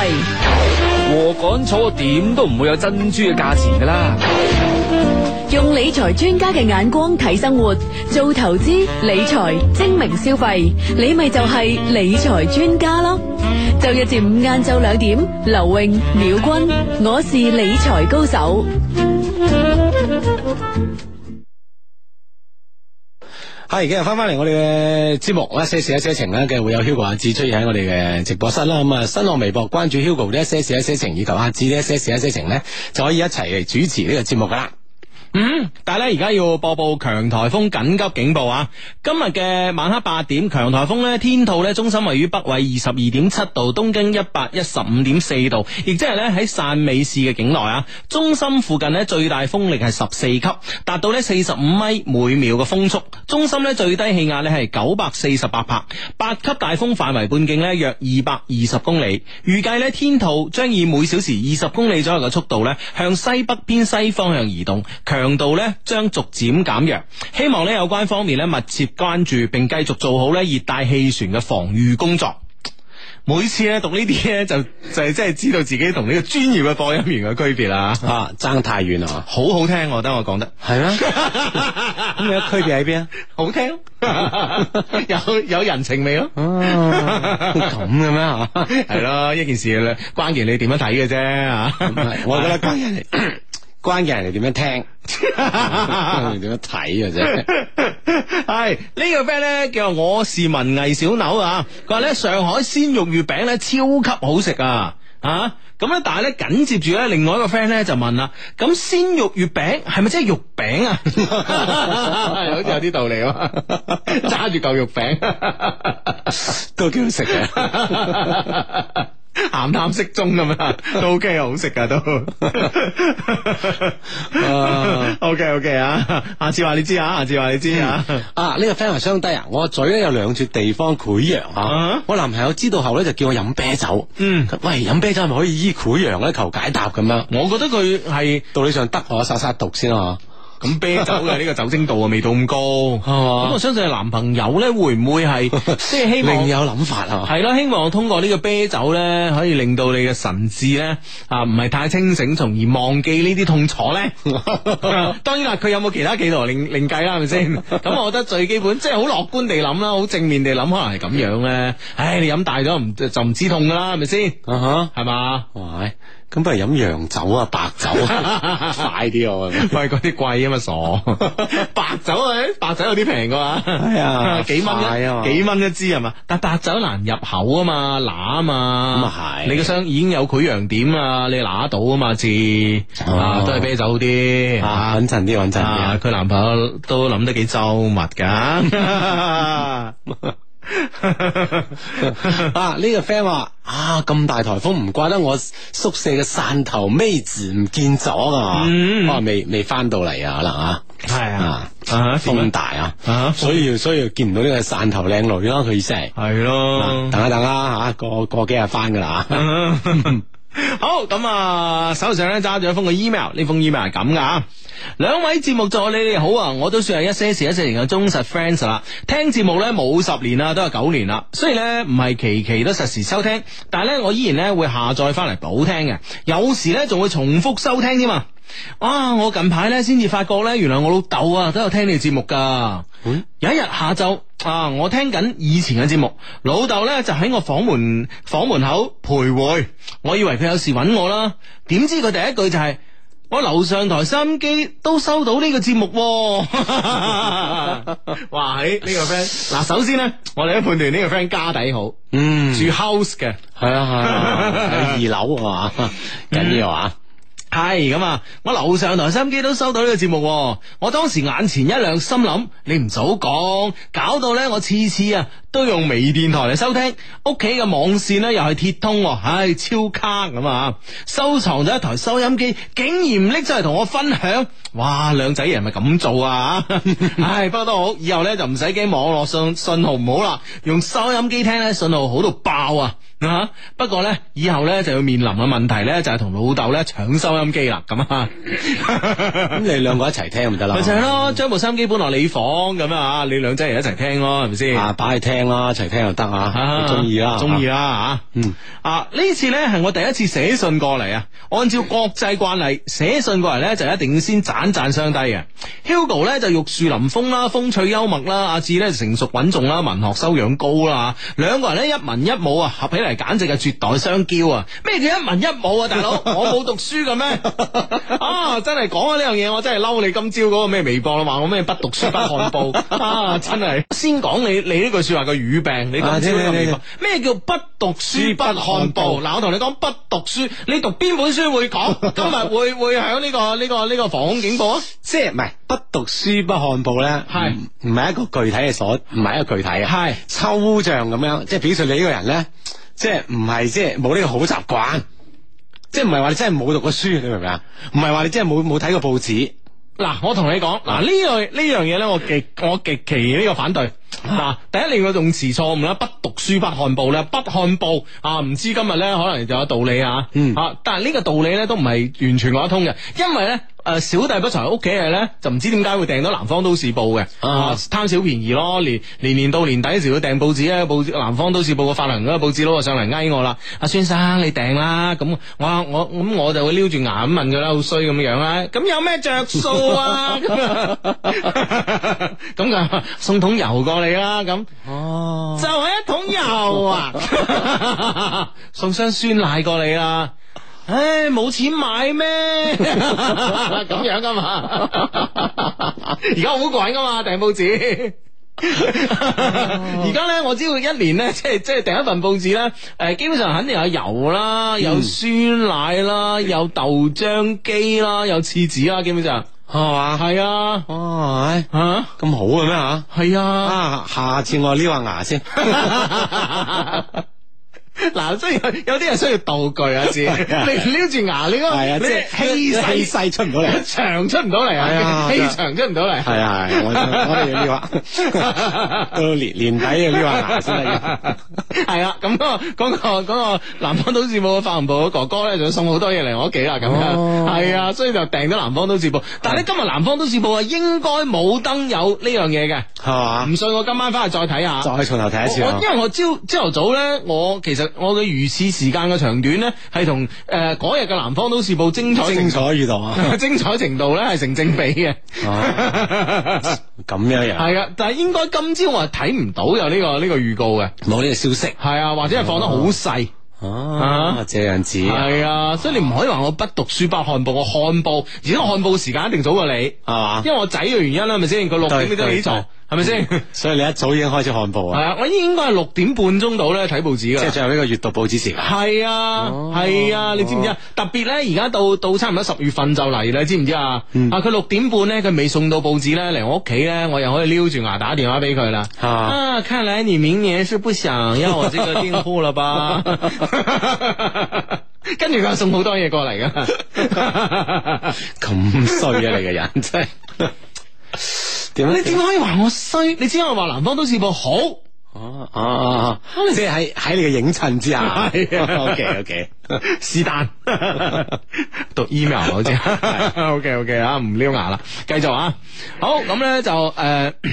禾稈草點都唔會有珍珠嘅價錢㗎啦。
用理財專家嘅眼光睇生活，做投資理財，精明消費，你咪就係理財專家咯。就日至五晏晝兩點，劉穎、秒君，我是理財高手。
係，今日翻翻嚟我哋嘅節目一些事一些情咧，繼續會有 Hugo 阿志出現喺我哋嘅直播室啦。咁啊，新浪微博關注 Hugo 呢一些事一些情，以及阿志呢一些事一些情咧，就可以一齊嚟主持呢個節目噶啦。
嗯，但系咧而家要播報強颱風緊急警報啊！今日嘅晚黑八點，強颱風咧天兔咧中心位於北緯二十二點七度，東經一百一十五點四度，亦即係咧喺汕尾市嘅境內啊。中心附近咧最大風力係十四級，達到咧四十五米每秒嘅風速。中心咧最低氣壓咧係九百四十八帕，八級大風範圍半徑咧約二百二十公里。預計咧天兔將以每小時二十公里左右嘅速度咧向西北偏西方向移動，強度咧將逐漸減弱。希望咧有關方面咧密切關注並繼續做好咧熱帶氣旋嘅防禦工作。每次咧讀呢啲咧就 就係真係知道自己同呢個專業嘅播音員嘅區別啦。啊，爭太遠啦，好好聽，我覺得我講得係 咩？咁你嘅區別喺邊啊？好聽， 有有人情味咯。哦 咁嘅咩吓？ 係咯，一件事咧，關鍵你點樣睇嘅啫啊吓。
我覺得關鍵係 關鍵係你點樣 聽，你點樣睇嘅啫。
系呢個 friend 咧叫我是文藝小柳啊，佢話咧上海鮮肉月餅咧超級好食啊！啊，咁咧，但係咧緊接住咧，另外一個 friend 咧就問啦，咁鮮肉月餅係咪即係肉餅啊？ 好似有啲道理啊， 揸住嚿肉餅都幾好食嘅。咸淡適中咁樣，都 OK 啊，好食噶都。OK OK 啊，下次話你知啊，下次話你知啊。
啊！呢、個 friend 話相低啊，我嘴咧有兩處地方潰瘍啊。我男朋友知道後咧就叫我飲啤酒。嗯，喂，飲啤酒係咪可以醫潰瘍咧？求解答咁樣。
我覺得佢係
道理上得我殺殺毒先啊。
咁啤酒嘅呢個酒精度啊，未到 咁高，咁我相信你男朋友咧會唔會係即係希望
另有諗法啊？
係啦，希望通過呢個啤酒咧，可以令到你嘅神智咧啊，唔係太清醒，從而忘記呢啲痛楚咧。 當然啦，佢有冇其他企圖另另計啦，係 咪先？咁我覺得最基本即係好樂觀地諗啦，好正面地諗，可能係咁樣咧。唉，你飲大咗唔就唔知痛噶啦，係咪先？
啊哈，
係嘛？
喂，咁不如飲洋酒啊，白酒啊， 快啲啊！
喂，嗰啲貴啊嘛，傻白酒啊，白酒有啲平噶嘛，
係啊
幾蚊
快啊嘛
一幾蚊一支係嘛？但白酒難入口啊嘛，揦啊嘛，
咁啊係
你個箱已經有潰瘍點啊，你揦到啊嘛，至啊都係啤酒好啲
哦啊，穩陣啲，穩陣啲
啊
啊。
佢男朋友都諗得幾周密 噶。
啊！呢、個 friend 話啊，咁大颱風唔怪得我宿舍嘅汕頭妹子唔見咗啊！
嗯
可能未未翻到嚟啊，可能啊，
係啊，啊
啊
點啊
風大啊，
啊
所以所以見唔到呢個汕頭靚女咯，佢意思係
係咯
啊等一等啦吓，過過幾日翻噶啦吓。
好咁啊，手上咧揸住一封嘅 email，呢封 email 係咁噶啊。兩位節目助理你哋好啊，我都算係一些事一些情嘅忠實 fans 啦。聽節目咧冇十年啦，都有九年啦。雖然咧唔係期期都實時收聽，但係咧我依然咧會下載翻嚟補聽嘅，有時咧仲會重複收聽添啊。啊！我近排咧先至發覺咧，原來我老豆啊都有聽你節目噶。有一日下晝啊，我聽緊以前嘅節目，老豆咧就喺我房門房門口徘徊。我以為佢有事揾我啦，點知佢第一句就係、我樓上台收音機都收到呢個節目、喎。 哇！喺、呢個 friend 嗱，首 先咧，我哋都判斷呢個 friend 家底好，
嗯，
住 house 嘅，
係啊係 啊，有二樓啊嘛，緊要啊。
系咁啊！我樓上台收音機都收到呢個節目喎，我當時眼前一亮，心諗你唔早講，搞到呢我次次啊都用微電台嚟收聽，屋企嘅網線呢又係鐵通喎，唉超卡咁啊！收藏咗一台收音機，竟然拎出嚟同我分享，哇！兩仔人咪咁做啊！唉，不過都好，以後呢就唔使驚網絡信信號唔好啦，用收音機聽呢信號好到爆啊！啊！不過咧，以後咧就要面臨嘅問題咧，就係同老豆咧搶收音機啦，咁啊，
咁你兩個一齊聽咪得啦
咪，就係咯，將部收音機搬落你房咁啊，你兩仔人一齊聽咯，係咪先？
啊，擺去聽啦，一齊聽又得啊，中意啦，
中意啦啊！
嗯
啊，呢次呢係我第一次寫信過嚟啊！按照國際慣例，寫信過嚟呢就一定要先讚讚相低嘅。Hugo 呢就玉樹臨風啦，風趣幽默啦；阿志呢就成熟穩重啦，文學修養高啦。兩個人呢一文一武啊，合起嚟簡直係絕代相驕啊！咩叫一文一武啊，大佬？我冇讀書嘅咩？啊，真係講開呢樣嘢，我真係嬲你今朝嗰個咩微博啦，話我咩不讀書不看報 啊！真係先講你你呢句說話嘅語病，你
啊
今朝呢個
你你
微
你
博。咩叫不讀書不看報？嗱，我同你講，不讀書，你讀邊本書會 講？今日會會響呢、個呢、個呢、個防空警報啊？
即係唔係不讀書不看報咧，
係
唔唔係一個具體嘅所，唔係一個具體嘅，
係
抽象咁樣，即係表示你呢個人咧，即係唔係即係冇呢個好習慣，即係唔係話你真係冇讀過書，你明唔明啊？唔係話你真係冇冇睇過報紙，
嗱，我同你講，嗱呢樣呢樣嘢咧，我極我極其呢個反對。嗱，第一你個用詞錯誤啦，不讀書不看報咧，不看報啊，唔知今日咧可能就有道理啊，啊，但係呢個道理咧都唔係完全講得通嘅，因為咧诶小弟不才屋企係咧，就唔知點解會訂到南方都市報嘅，啊貪小便宜咯，年年年到年底時要訂報紙咧，報紙南方都市報嘅發行嗰個報紙佬就啊上嚟嗌我啦，阿孫生你訂啦，咁我我咁我就會撩住牙咁問佢啦，好衰咁樣啦，咁有咩着數啊？咁就送桶油過嚟啦，咁哦，就係一桶油啊， 送箱酸奶過嚟啦。唉，冇錢買咩？ 咁樣噶嘛，而家好貴噶嘛，訂報紙。而家咧，我知道一年咧，即係即系订一份報紙咧，诶、基本上肯定有油啦，有酸奶啦，有豆漿機啦，有廁紙啦，基本上系嘛？系啊，
哇，
吓
哦咁好嘅咩吓？
系啊，
啊，下次我撩下 牙先。
嗱，即係有有啲人需要道具啊，知 你撩住牙，你
係啊
嗰個
即係
你氣勢
氣勢出唔到嚟啊
長出唔到嚟
係啊
啊，氣
真係
長出唔到嚟，
系啊系，我我哋 要撩下，到年年底要撩下牙先得嘅。
系啦，咁嗰個嗰個嗰個南方都市報嘅發行部嘅哥哥咧，就送好多嘢嚟我屋企啦，咁
哦
樣係啊，所以就訂咗南方都市報。但係咧，今日南方都市報啊，應該冇登有呢樣嘢嘅，
係嘛？
唔信我今晚翻去再睇下，
再從頭睇一次
我
啊
我因為我朝朝頭早咧，我其實我嘅如是時間嘅長短咧，係同誒嗰日嘅南方都市報精彩程度
精彩遇到啊
精彩程度咧係成正比嘅。
哦咁樣樣，
系啊，但系应该今朝我係睇唔到有呢、個个呢、個个预告嘅，
冇呢個消息。
系啊，或者係放得好細。
啊，這樣子啊
系啊，所以你唔可以話我不讀書不看報，我看報，而且我看報時間一定早過你，系
嘛
因為我仔嘅原因啦，係咪先？佢六點
對
幾都起床
對，
係咪先？係
所以你一早已經開始看 報啊，
啊，我應該係六點半鐘到咧睇報紙
即係
噶。
最後呢個閱讀報紙時間。哦
係啊，係啊，你知唔知啊？特別咧，而家到到差唔多十月份就嚟啦，知唔知啊？
嗯
啊，佢六點半咧，佢未送到報紙咧嚟我屋企咧，我又可以撩住牙打電話俾佢啦。啊，看來你明年是不想要我這個訂戶了吧？ 跟住佢送好多嘢過嚟噶，
咁衰啊！你嘅 人真係點啊
你點可以話我衰？你只可以話南方都市報好。啊
哦哦哦，即係喺喺你嘅影襯之下。
係啊
OK OK，
是但 讀 email 好似 ，OK OK 啊，唔撩牙啦，繼續啊，好咁咧就誒。呃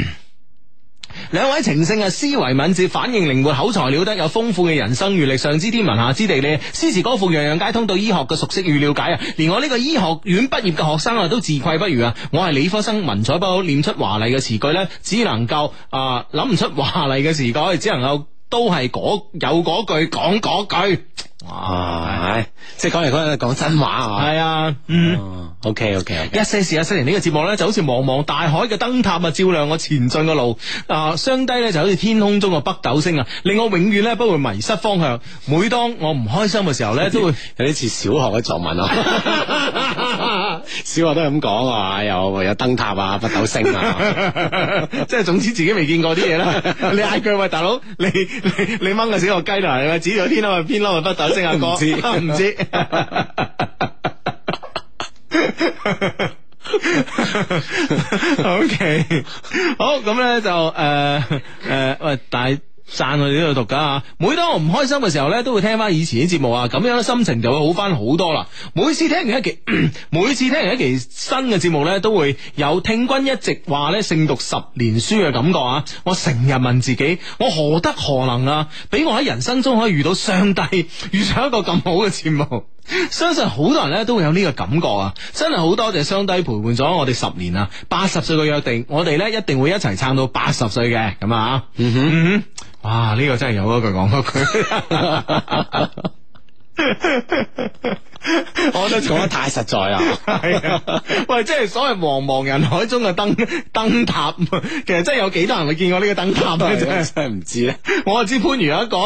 兩位情聖嘅思維敏捷、反應靈活、口才了得，有豐富嘅人生閲歷，上知天文下知地理，詩詞歌賦樣樣皆通，對醫學嘅熟悉與了解啊！連我呢個醫學院畢業嘅學生啊，都自愧不如啊！我係理科生，文采不好，念出華麗嘅詞句呢，只能夠啊諗唔出華麗嘅詞句，只能夠都係嗰有嗰句講嗰句。
哇，即係講哦嚟講去講真話啊。
系啊，嗯，
OK OK OK，
一些事一些人呢個節目咧，就好似茫茫大海嘅燈塔啊，照亮我前進嘅路。啊，相低咧就好似天空中嘅北斗星啊，令我永遠咧不會迷失方向。每當我唔開心嘅時候咧，都會
有啲似小 學嘅作文啊。 小學都係咁講啊，有有燈塔啊，北斗星啊。
即係總之自己未見過啲嘢啦。 你嗌佢喂大佬，你你你掹個小學雞嚟，喂指住個天啦，喂邊啦，喂北斗星啊哥，
唔知
唔知。O K，好咁咧就诶诶喂，但系赞我哋呢度讀噶吓。每當我唔開心嘅時候咧，都會聽翻以前啲節目啊，咁樣咧心情就會好翻好多啦。每次聽完一期， 每次聽完一期新嘅節目咧，都會有聽君一直話咧勝讀十年書嘅感覺啊！我成日問自己，我何德何能啊？俾我喺人生中可以遇到上帝， 遇上一個咁好嘅節目。 相信好多人咧都會有呢個感覺啊！真係好多謝雙低陪伴咗我哋十年啊！八十歲嘅約定，我哋咧一定會一齊撐到八十歲嘅咁啊！嗯哼，嗯哼，哇！呢、個真係有嗰句講嗰句。我覺得
講得太實在啦。
系啊，喂，即係所謂茫茫人海中嘅燈燈塔，其實真係有幾多人會見過呢個燈塔咧？ 真
真
係
係啊唔知咧，啊
我就知番禺有一個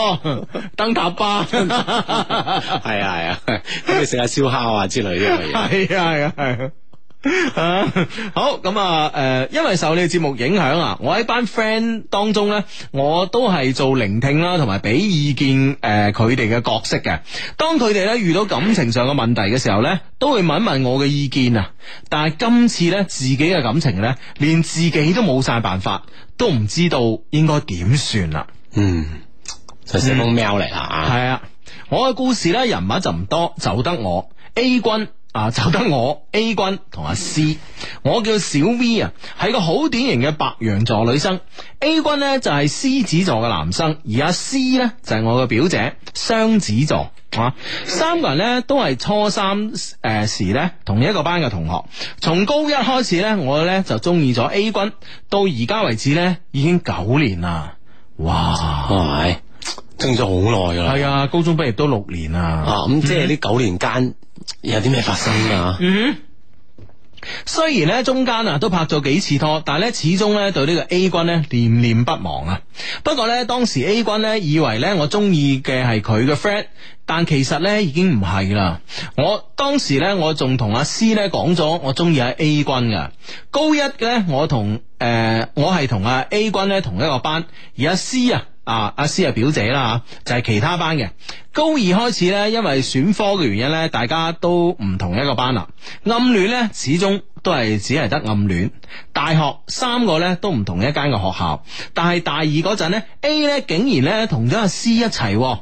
燈塔吧。
係啊係啊，咁你食下燒烤啊之類呢類嘢。
系啊系啊系啊。啊，好咁啊，诶、因為受你哋節目影響啊，我喺班 friend 當中呢，我都係做聆聽啦，同埋俾意見诶佢哋嘅角色嘅。當佢哋呢遇到感情上嘅問題嘅時候呢，都會問一問我嘅意見啊。但係今次呢，自己嘅感情呢，連自己都冇晒辦法，都唔知道應該點算啦。
嗯，就寫
嗯
封 mail 嚟啦啊。
系啊，我嘅故事咧人物就唔多，就得我 A 君啊， 就得我 A 君同阿 C，我叫小 V 啊，係個好典型嘅白羊座女生。A 君呢就係獅子座嘅男生，而阿 C 呢就係我嘅表姐，雙子座。啊！三個人呢都係初三誒、呃、時咧同一個班嘅同學，從高一開始呢，我呢就中意咗 A 君，到而家為止呢已經九年啦。哇，
啊係爭咗好耐噶啦。
係啊，高中畢業都六年啦。啊，
咁即係呢九年間有啲咩發生啊？
嗯。雖然咧中間啊都拍咗幾次拖，但係咧始終咧對呢個 A 君咧念念不忘啊。不過咧當時 A 君咧以為咧我中意嘅係佢嘅 friend，但其實咧已經唔係啦。我當時咧我仲同阿 C 咧講咗我中意阿 A 君噶。高一嘅咧我同誒、呃我係同阿 A 君咧同一個班，而阿 C 啊。啊，阿詩係表姐啦吓，就係、其他班嘅。高二開始咧，因為選科嘅原因咧，大家都唔同一個班啦。暗戀咧，始終都係只係得暗戀。大學三個咧都唔同一間嘅學校，但係大二嗰陣咧，A 咧竟然咧同咗阿詩一齊、喎。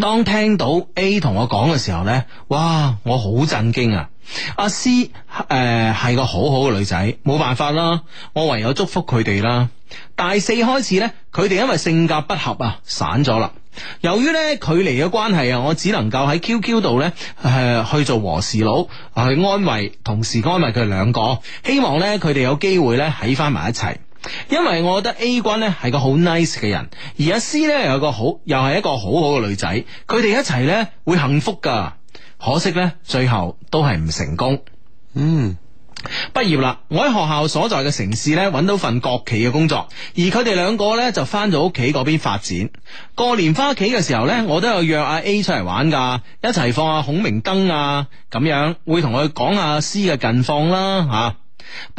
當聽到 A 同我講嘅時候呢，哇！我好震驚啊！阿詩誒係個好好嘅女仔，冇辦法啦，我唯有祝福佢哋啦。大四開始呢，佢哋因為性格不合啊，散咗啦。由於呢距離嘅關係啊，我只能夠喺 QQ 度呢誒、呃去做和事佬，去呃安慰，同時安慰佢哋兩個，希望呢，佢哋有機會呢喺翻埋一齊。因為我覺得 A 君呢係個好 nice 嘅人，而阿 C 呢又有個好，又係一個好好嘅女仔，佢哋一齊呢會幸福噶。可惜呢，最後都係唔成功。嗯。畢業啦，我喺學校所在嘅城市呢，揾到份國企嘅工作，而佢哋兩個呢，就翻咗屋企嗰邊發展。過年翻屋企嘅時候呢，我都有約阿 A 出嚟玩噶，一齊放下孔明燈啊，咁樣會同佢講下 C 嘅近況啦吓。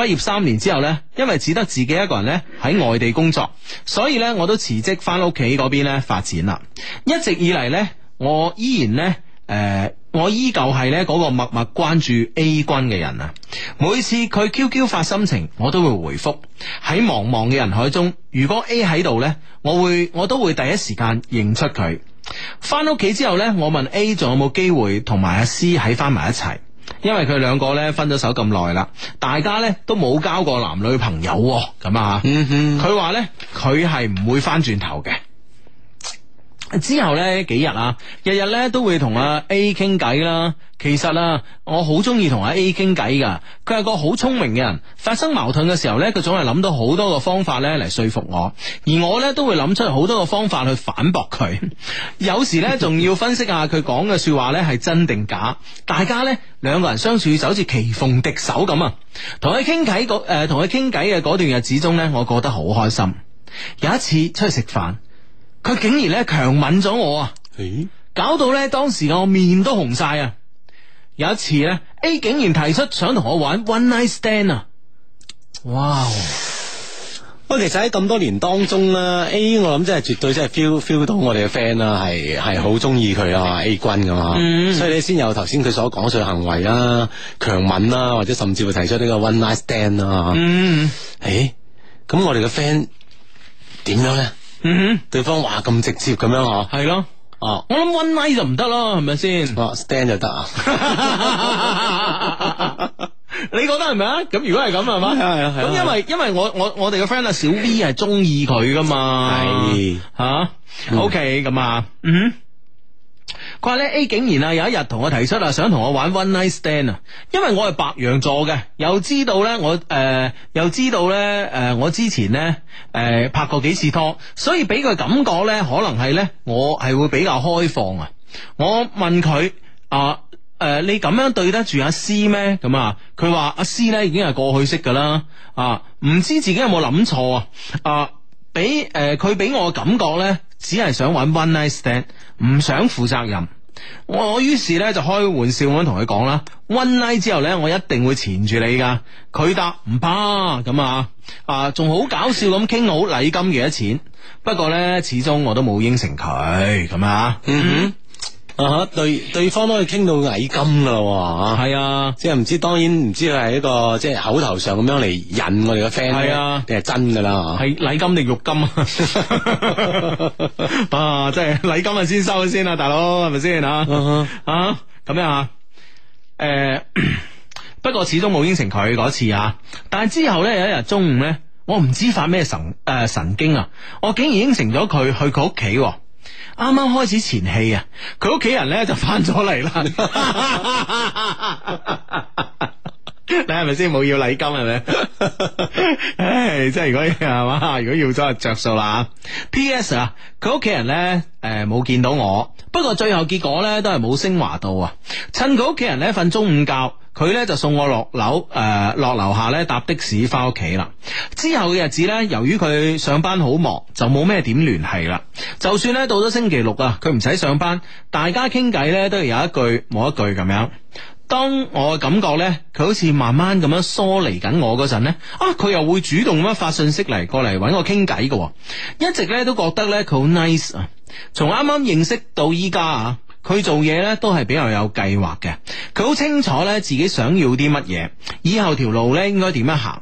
畢業三年之後呢，因為只得自己一個人呢喺外地工作，所以呢，我都辭職翻屋企嗰邊呢發展啦。一直以嚟呢，我依然呢，誒、我依舊係呢嗰個默默關注 A 君嘅人啊。每次佢 QQ 發心情，我都會回覆。喺茫茫嘅人海中，如果 A 喺度呢，我會我都會第一時間認出佢。翻屋企之後呢，我問 A 仲有冇機會同埋阿 C 喺翻埋一齊。因為佢兩個咧分咗手咁耐啦，大家咧都冇交過男女朋友喎咁啊，佢話咧佢係唔會翻轉頭嘅。之後呢幾日啊，日日呢都會同阿 A 傾偈啦。其實啊，我好中意同阿 A 傾偈噶。佢係個好聰明嘅人，發生矛盾嘅時候呢，佢總係諗到好多個方法呢嚟說服我，而我呢都會諗出好多個方法去反駁佢。 有時呢，仲要分析下佢講嘅說話呢係真定假。大家呢，兩個人相處就好似棋逢敵手咁啊。同佢傾偈嗰誒，同佢傾偈嘅嗰段日子中呢，我過得好開心。有一次出去食飯。佢竟然咧強吻咗我啊！搞到咧當時我面都紅晒啊！有一次咧，A 竟然提出想同我玩 one night stand 啊！哇！哦
不過其實喺咁多年當中啦，A 我諗真係絕對真係 feel feel 到我哋嘅 friend 啦，係係好中意佢啊 A 君噶嘛，
嗯
所以你先有頭先佢所講述嘅行為啦、強吻啦，或者甚至會提出呢個 one night stand 啦，
嗯，
Mm-hmm.
誒，咁我哋嘅 friend 點樣咧？
嗯哼，
對方話咁直接咁樣嗬，
係咯，
哦，
我諗 one night 就唔得咯，係咪先？
哦，stand 就得啊，
你覺得係咪啊？咁如果係咁係嘛？
係啊係啊係啊
咁因為因為我我我哋嘅 friend 啊小 V 係中意佢噶嘛？
係
吓，OK 咁啊，嗯。佢話咧 A 竟然啊有一日同我提出啊想同我玩 one night stand 啊，因為我係白羊座嘅，又知道咧我誒、呃又知道咧誒、呃我之前咧誒、呃拍過幾次拖，所以俾佢感覺咧可能係咧我係會比較開放啊。我問佢啊。誒、你咁樣對得住阿詩咩？咁啊，佢話阿詩咧已經係過去式噶啦，啊，唔知自己有冇諗錯啊？啊，俾誒佢俾我嘅感覺咧，只係想揾 one night stand，唔想負責任。我我於是咧就開玩笑咁同佢講啦，one night 之後咧，我一定會纏住你噶。佢答唔怕咁啊，啊，仲好搞笑咁傾好禮金幾多錢。不過咧，始終我都冇應承佢咁啊。
嗯哼，啊哈，對對方都可以傾到矮金噶啦喎，
係啊，
即係唔知，當然唔知佢係一個即係口頭上咁樣嚟引我哋嘅 friend，
係啊
定係真噶啦，
係禮金定肉金啊？ 啊，即係禮金啊，先收咗先啊，大佬係咪先啊？啊，咁樣啊？诶、 不過始終冇應承佢嗰次啊。但係之後咧有一日中午咧，我唔知發咩神诶、神經啊，我竟然應承咗佢去佢屋企喎。啱啱開始前戲啊，佢屋企人咧就翻咗嚟啦。 你係咪先冇要禮金係咪？ 唉，即係如果係嘛，如果要咗就着數啦。P.S. 啊，佢屋企人咧诶冇見到我，不過最後結果咧都係冇升華到啊。趁佢屋企人咧瞓中午覺。佢咧就送我落樓，诶、落樓下咧搭的士翻屋企啦。之後嘅日子咧，由於佢上班好忙，就冇咩點聯繫啦。就算咧到咗星期六啊，佢唔使上班，大家傾偈咧都係有一句冇一句咁樣。當我感覺咧，佢好似慢慢咁樣疏離緊我嗰陣咧，啊，佢又會主動咁樣發信息嚟過嚟揾我傾偈嘅喎，一直咧都覺得咧佢好 nice 啊。從啱啱認識到依家啊。佢做嘢咧都係比較有計劃嘅，佢好清楚咧自己想要啲乜嘢，以後條路咧應該點樣行。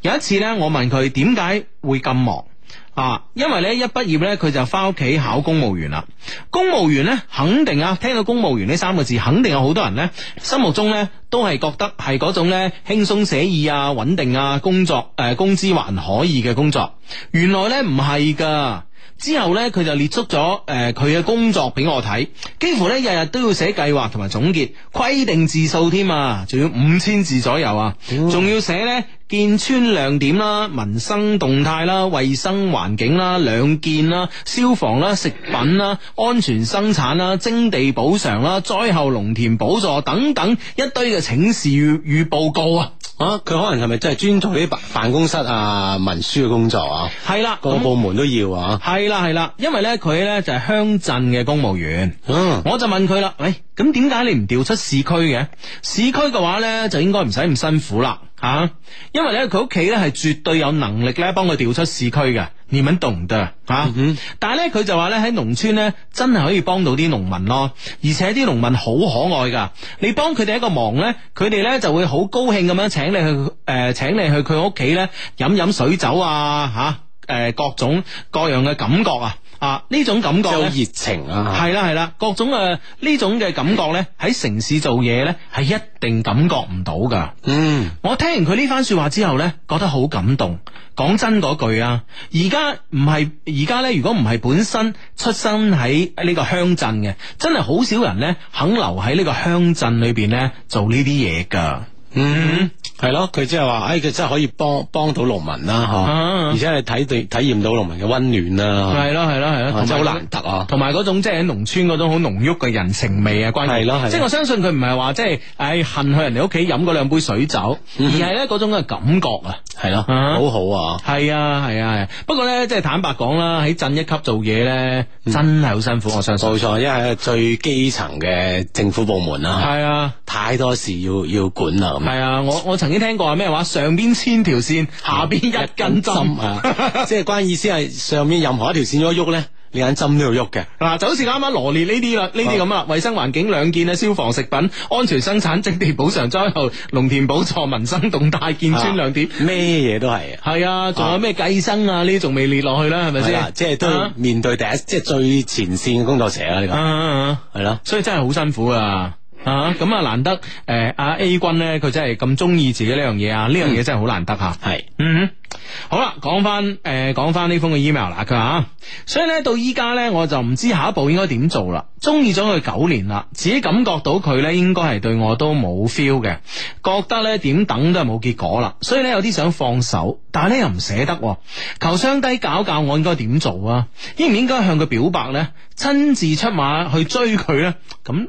有一次咧，我問佢點解會咁忙啊？因為咧一畢業咧佢就翻屋企考公務員啦。公務員咧肯定啊，聽到公務員呢三個字，肯定有好多人咧心目中咧都係覺得係嗰種咧輕鬆寫意啊、穩定啊工作，誒、工資還可以嘅工作。原來咧唔係㗎。之後咧，佢就列出咗誒佢嘅工作俾我睇，幾乎咧日日都要寫計劃同埋總結，規定字數添啊，仲要五千字左右啊，仲要寫咧建村亮點啦、民生動態啦、衛生環境啦、兩建啦、消防啦、食品啦、安全生產啦、徵地補償啦、災後農田補助等等一堆嘅請示與與報告啊。
啊， 佢可能係咪真係專做呢啲辦辦公室啊、文書嘅工作啊？
係啦，
各個
咁
部門都要啊。
系啦系啦，因为咧佢咧就系乡镇嘅公务员，我就问佢啦，喂，咁点解你唔调出市区嘅？市区嘅话咧就应该唔使咁辛苦啦，吓、因为咧佢屋企咧系绝对有能力咧帮佢调出市区嘅，你们懂得吓。啊但系咧佢就话咧喺农村咧真系可以帮到啲农民咯，而且啲农民好可愛噶，你幫佢哋一個忙咧，佢哋咧就會好高興咁樣請你去诶、呃，请你去佢屋企咧飲飲水酒啊吓。诶、各種各樣嘅感覺啊，啊呢種感
即
覺
係好
咧
熱情啊
係啦係啦，各種诶呢種嘅感覺咧，喺城市做嘢咧係一定感覺唔到噶。
嗯，
我聽完佢呢番说話之後咧，覺得好感動。講真嗰句啊，而家唔係而家咧，如果唔係本身出生喺呢個鄉鎮嘅，真係好少人咧肯留喺呢個鄉鎮裏边咧做呢啲嘢噶。
嗯，係咯，佢即係話，哎诶，佢真係可以幫幫到農民啦，
啊
嗬，而且係體對體驗到農民嘅温暖啦，
係咯係咯係咯，
啊真係好
同埋
難得啊，
同埋嗰種即係喺農村嗰種好濃郁嘅人情味啊，關鍵
係咯係咯
即係我相信佢唔係話即係，唉恨去人哋屋企飲嗰兩杯水酒，而
嗯
係咧嗰種嘅感覺啊。
係咯，
啊
好好啊，
係啊係啊係啊，不過咧即係坦白講啦，喺鎮一級做嘢咧，真係好辛苦，我相信。
嗯冇錯，因為係最基層嘅政府部門啦，
係啊。
太多事要要管啦，咁
系啊，我我曾經聽過話咩話，上邊千條線，下邊一根針
啊，即係關意思係上面任何一條線喐一喐咧，你眼針都要喐嘅。哦
嗱，就好似啱啱羅列呢啲啦，呢啲咁啦，衛生環境兩件啊，消防食品安全生產、徵地補償、災後農田補助、民生動態、建村兩點，
咩嘢都係啊。
係啊，仲有咩計生啊？呢啲仲未列落去啦，係咪
係啦
先？
即係都要
啊
面對第一，即係最前線嘅工作者啦，呢
啊
個
啊啊
係咯。
所以真係好辛苦啊！啊，咁啊難得诶，阿、A 君咧，佢真係咁中意自己呢樣嘢啊，呢樣嘢真係好難得吓。
係
嗯哼，好啦，講翻诶，讲翻呢封嘅 email 啦，佢話啊，所以咧到依家咧，我就唔知下一步應該點做啦。中意咗佢九年啦，自己感覺到佢咧應該係對我都冇 feel 嘅，覺得咧點等都係冇結果啦。所以咧有啲想放手，但係咧又唔捨得喎，求相低搞教我應該點做啊？應唔應該向佢表白咧？親自出馬去追佢咧？咁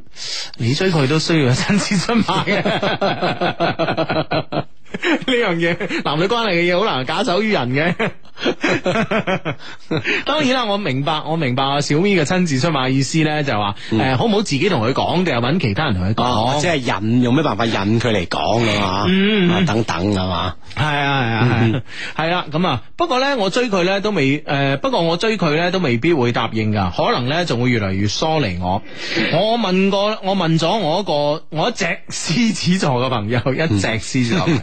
你追佢都需要親自出馬嘅。呢样嘢男女关系嘅嘢好难假手于人 嘅。当然啦，我明白，我明白啊小咪嘅亲自出马意思咧，就係话诶、誒好唔好自己同佢讲，定系揾其他人同佢
嗯哦，
讲？
即係引用咩辦法引佢嚟講㗎嘛，
嗯
啊等等㗎嘛，
系啊系啊系啦，咁啊，不过咧我追佢咧都未诶、呃不过我追佢咧都未必会答应噶，可能咧仲会越嚟越疏离我。我问过，我问咗我一个我一只狮子座嘅朋友，一只狮子座嘅朋友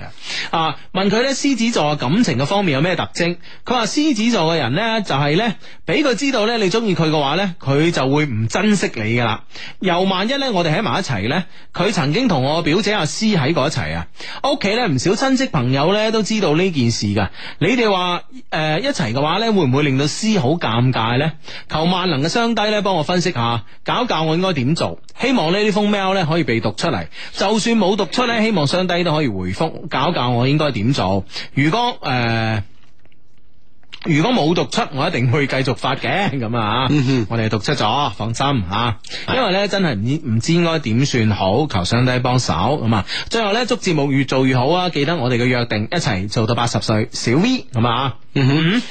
啊，问佢咧狮子座感情嘅方面有咩特征？佢話獅子座嘅人呢，就係呢，俾佢知道呢，你中意佢嘅話呢，佢就會唔珍惜你噶啦。又萬一呢，我哋喺埋一齊呢，佢曾經同我表姐阿詩喺過一齊啊。屋企呢，唔少親戚朋友呢，都知道呢件事噶。你哋話誒一齊嘅話呢，會唔會令到詩好尷尬呢？求萬能嘅雙低呢，幫我分析下，搞教我應該點做。希望呢啲封 mail 呢，可以被讀出嚟，就算冇讀出呢，希望雙低都可以回覆，搞教我應該點做。如果誒。呃如果冇讀出，我一定會繼續發嘅 咁啊！
嗯
我哋讀出咗，放心吓、啊因為咧真係唔唔知應該點算好，求上帝幫手咁啊！最後咧，祝節目越做越好啊！記得我哋嘅約定，一齊做到八十歲，小 V 咁啊！
嗯哼。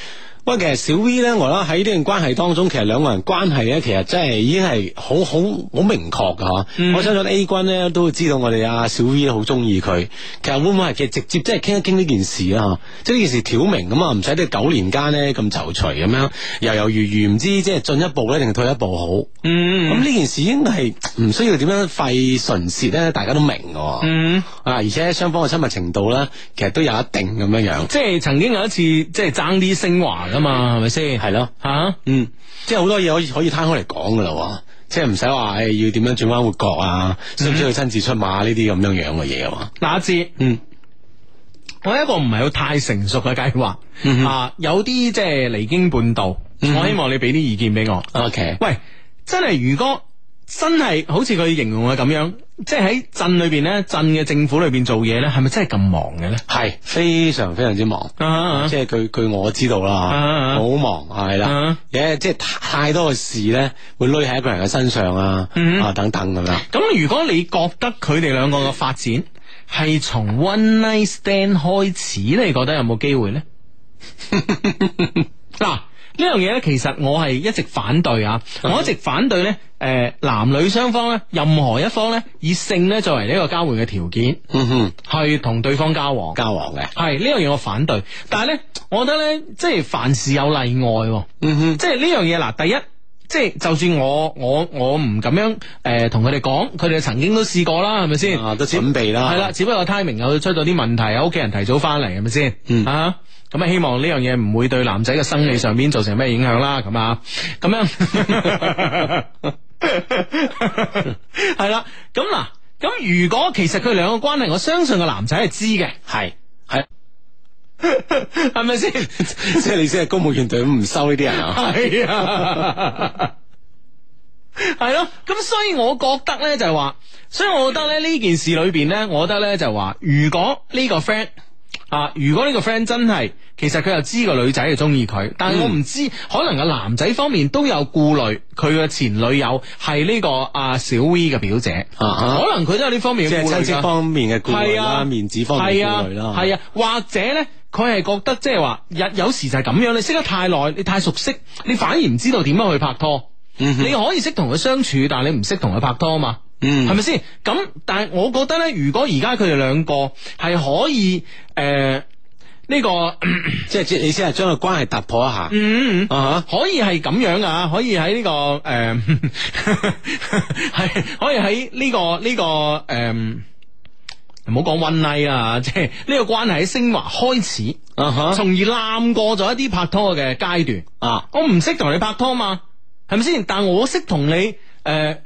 喂，其實小 V 咧，我覺得喺呢段關係當中，其實兩個人關係咧，其實真係已經係好好好明確噶吓。我相信 A 君咧都會知道我哋阿小 V 好中意佢。其實會唔會係其實直接即係傾一傾呢件事啊？即係呢件事挑明咁啊，唔使呢九年間咧咁躊躇咁樣猶猶豫豫，唔知即係進一步咧定係退一步好。
嗯，
咁呢件事應該係唔需要點樣費唇舌咧，大家都明噶。
Mm-hmm.
嗯，
啊，而且雙方嘅親密程度咧，其實都有一定咁樣樣。
即係曾經有一次，即係爭啲升華噶嘛，係咪先？
係咯，
吓、
嗯，即係好多嘢可以可以攤開嚟講噶啦喎，即係唔使話哎誒要點樣轉彎活角啊，
嗯
需唔需要親自出馬呢啲咁樣樣嘅嘢啊？
那志，
嗯，
我有一個唔係好太成熟嘅計劃，
嗯
啊，有啲即係離經叛道，我希望你俾啲意見俾我。
OK
喂，真係如果真係好似佢形容嘅咁樣，即係喺鎮裏邊咧，鎮嘅政府裏邊做嘢咧，係咪真係咁忙嘅咧？
係非常非常之忙，
啊
即係據據我知道啦，好忙係
啊
啦，嘢即係太多嘅事咧，會累喺一個人嘅身上啊，
嗯
啊等等咁樣。
咁如果你覺得佢哋兩個嘅發展係從 one night stand 開始，你覺得有冇機 會呢？嗱，呢樣嘢咧，其實我係一直反對啊，我一直反對呢，誒，男女雙方呢，任何一方呢，以性呢作為呢個交換嘅條件，
嗯哼，
去同對方交往，
交往嘅
係呢樣嘢我反對，但係呢，我覺得呢，即係凡事有例外喎，
嗯哼，
即係呢樣嘢嗱，第一。即係就算我我我唔咁樣誒同佢哋講，佢哋曾經都試過啦，係咪先？
啊都準備啦
係啦，只不過 timing 有出咗啲問題，屋企人提早翻嚟，係咪先？嗯啊，咁啊希望呢樣嘢唔會對男仔嘅生理上邊造成咩影響啦，咁啊，咁 樣係啦，咁嗱，咁如果其實佢哋兩個關係，我相信個男仔係知嘅，
係係。
係咪先？
即係你先係公務員隊伍唔收呢啲人啊？
係啊， 係咯。咁所以我覺得咧就係話，所以我覺得咧呢件事裏邊咧，我覺得咧就係話，如果呢個 friend 啊，如果呢個 friend 真係，其實佢又知個女仔係中意佢，但
嗯
係我唔知，可能個男仔方面都有顧慮，佢嘅前女友係呢個啊小 V 嘅表姐，
啊啊
可能佢都有呢方面
即
嘅
係
顧慮㗎。
親戚方面嘅顧慮
係
啦，
啊，
面子方面嘅顧慮啦，
係啊，係啊，或者咧，佢係覺得即係話，有有時就係咁樣，你識得太耐，你太熟悉，你反而唔知道點樣去拍拖。你可以識同佢相處，但係你唔識同佢拍拖嘛。
嗯
係咪先？咁但係我覺得咧，如果而家佢哋兩個係可以誒呢、個。
即係即係你先係將個關係突破一下。
嗯
啊
可以係咁樣啊，可以喺呢、個呃誒，係、可以喺呢、個呢、個誒。唔好講 one night 啦， 即係呢個關係喺升華開始，
啊哈
從而攬過咗一啲拍拖嘅階段。
啊，
我唔識同你拍拖嘛，係咪先？但我識同你誒、呃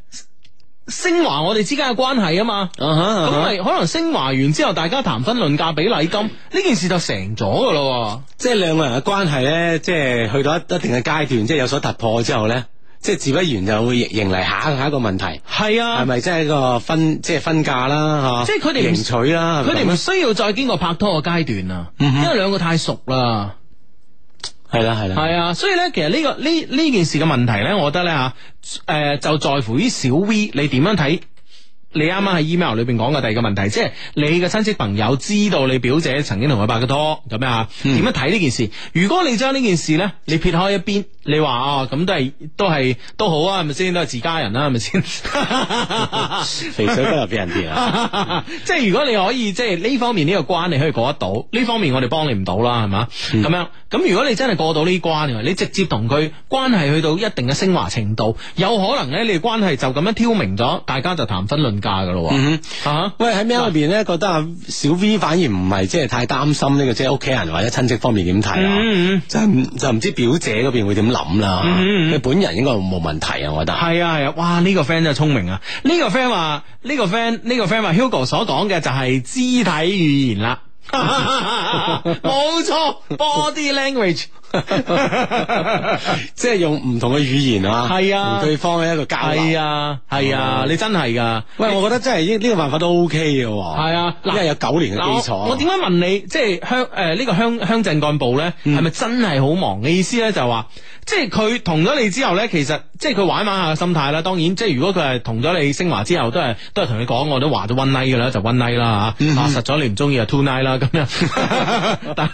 升華我哋之間嘅關係啊嘛。
啊哈啊
咁
哈
咪可能升華完之後，大家談婚論嫁，俾 禮金，呢件事就成咗噶咯。
即係兩個人嘅關係咧，即係去到一一定嘅階段，即係有所突破之後咧，即係自不然就會迎迎嚟下一下一個問題，
係啊，
係咪即係一個分即係分嫁啦
即
吓？
係佢哋唔
啊迎娶啦，
佢
係咪
哋
咁
唔
啊嗯
需要再經過拍拖嘅階段啦，因為兩個太熟啦。
係啦係啦，
係啊，所以咧，其實呢、個呢呢件事嘅問題咧，我覺得咧吓，誒、就在乎於小 V 你點樣睇。你啱啱喺 email 裏邊講嘅第二個問題，即係你嘅親戚朋友知道你表
嗯
姐曾經同佢拍過拖咁樣啊，點樣睇呢件事？如果你將呢件事咧，你撇開一邊，你話啊，咁都係都係都好啊，係咪先？都係自家人啦，係咪先？
肥水不流別人田啊！
即係如果你可以即係呢方面呢個關你可以過得到，呢方面我哋幫你唔到啦，係嘛？
嗯
咁、樣咁如果你真係過到呢關嘅，你直接同佢關係去到一定嘅升華程度，有可能咧你哋關係就咁樣挑明咗，大家就談婚論嫁噶咯喎。
嗯
啊，
喂，喺喵入邊咧，覺得啊小 V 反而唔係即係太擔心呢個即係屋企人或者親戚方面
嗯
點睇啊，就係唔就唔知表姐嗰邊會點諗啦。
嗯嗯嗯
佢本人應該冇問題啊，我覺得。
係啊係啊，哇！呢、個 friend 真係聰明啊！呢、個 friend 話，呢、個 friend 呢、個 friend 話，Hugo 所講嘅就係肢體語言 啦。冇錯，body language。
即係用唔同嘅語言啊，
嗯係啊
同對方嘅一個交流。
係啊係啊
哦
你真係㗎
喂，我覺得真係呢呢個辦法都 OK 嘅喎。
係啊，嗱
因為有九年嘅基
嗱我我
礎。
點解問你，即係鄉誒呢個鄉鄉鎮幹部咧，
嗯
係咪真係好忙嘅意思咧？就係話，即係佢同咗你之後咧，其實即係佢玩玩下嘅心態啦。當然，即係如果佢係同咗你升華之後，都係都係同你講，我都話咗 one night 嘅啦，就 one night 啦
嗯
嚇。啊，實咗你唔中意就 two night 啦咁樣。但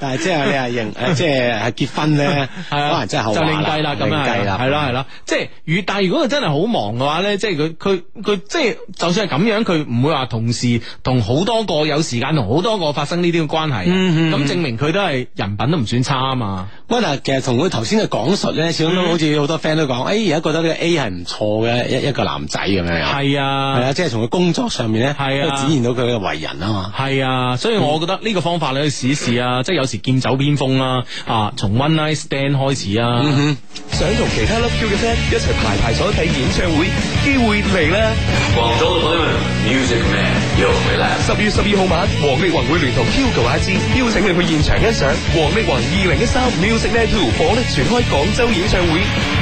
但係即係你係 認誒，即係係結婚咧，可
係啊
能真係後
就
話
另計啦，咁樣
另計啦，
係啦係啦，即係如但係如果佢真係好忙嘅話咧，即係佢佢佢即係就算係咁樣，佢唔會話同時同好多個有時間同好多個發生呢啲嘅關係，咁、
嗯嗯嗯
證明佢都係人品都唔算差啊嘛。
喂，但係其實同佢頭先嘅講述咧，始終
嗯
都好似好多 friend 都講，哎誒而家覺得呢個 A 係唔錯嘅一一個男仔咁樣。
係啊
係啊，即係從佢工作上面咧，
係
都
啊
展現到佢嘅為人啊嘛。
係啊，所以我覺得呢個方法你去試一試啊，即係有時劍走偏鋒啦，啊，從 one night stand 開始啊。
嗯
想同其他 Love Q 嘅 friend 一齊排排所睇演唱會，機會嚟啦！
广州的朋友们，Music Man 又回来了。
十月十二號晚，王力宏會聯同 Hugo 阿芝邀請你去現場欣賞王力宏二零一三 Music Night Two 火力全開廣州演唱會。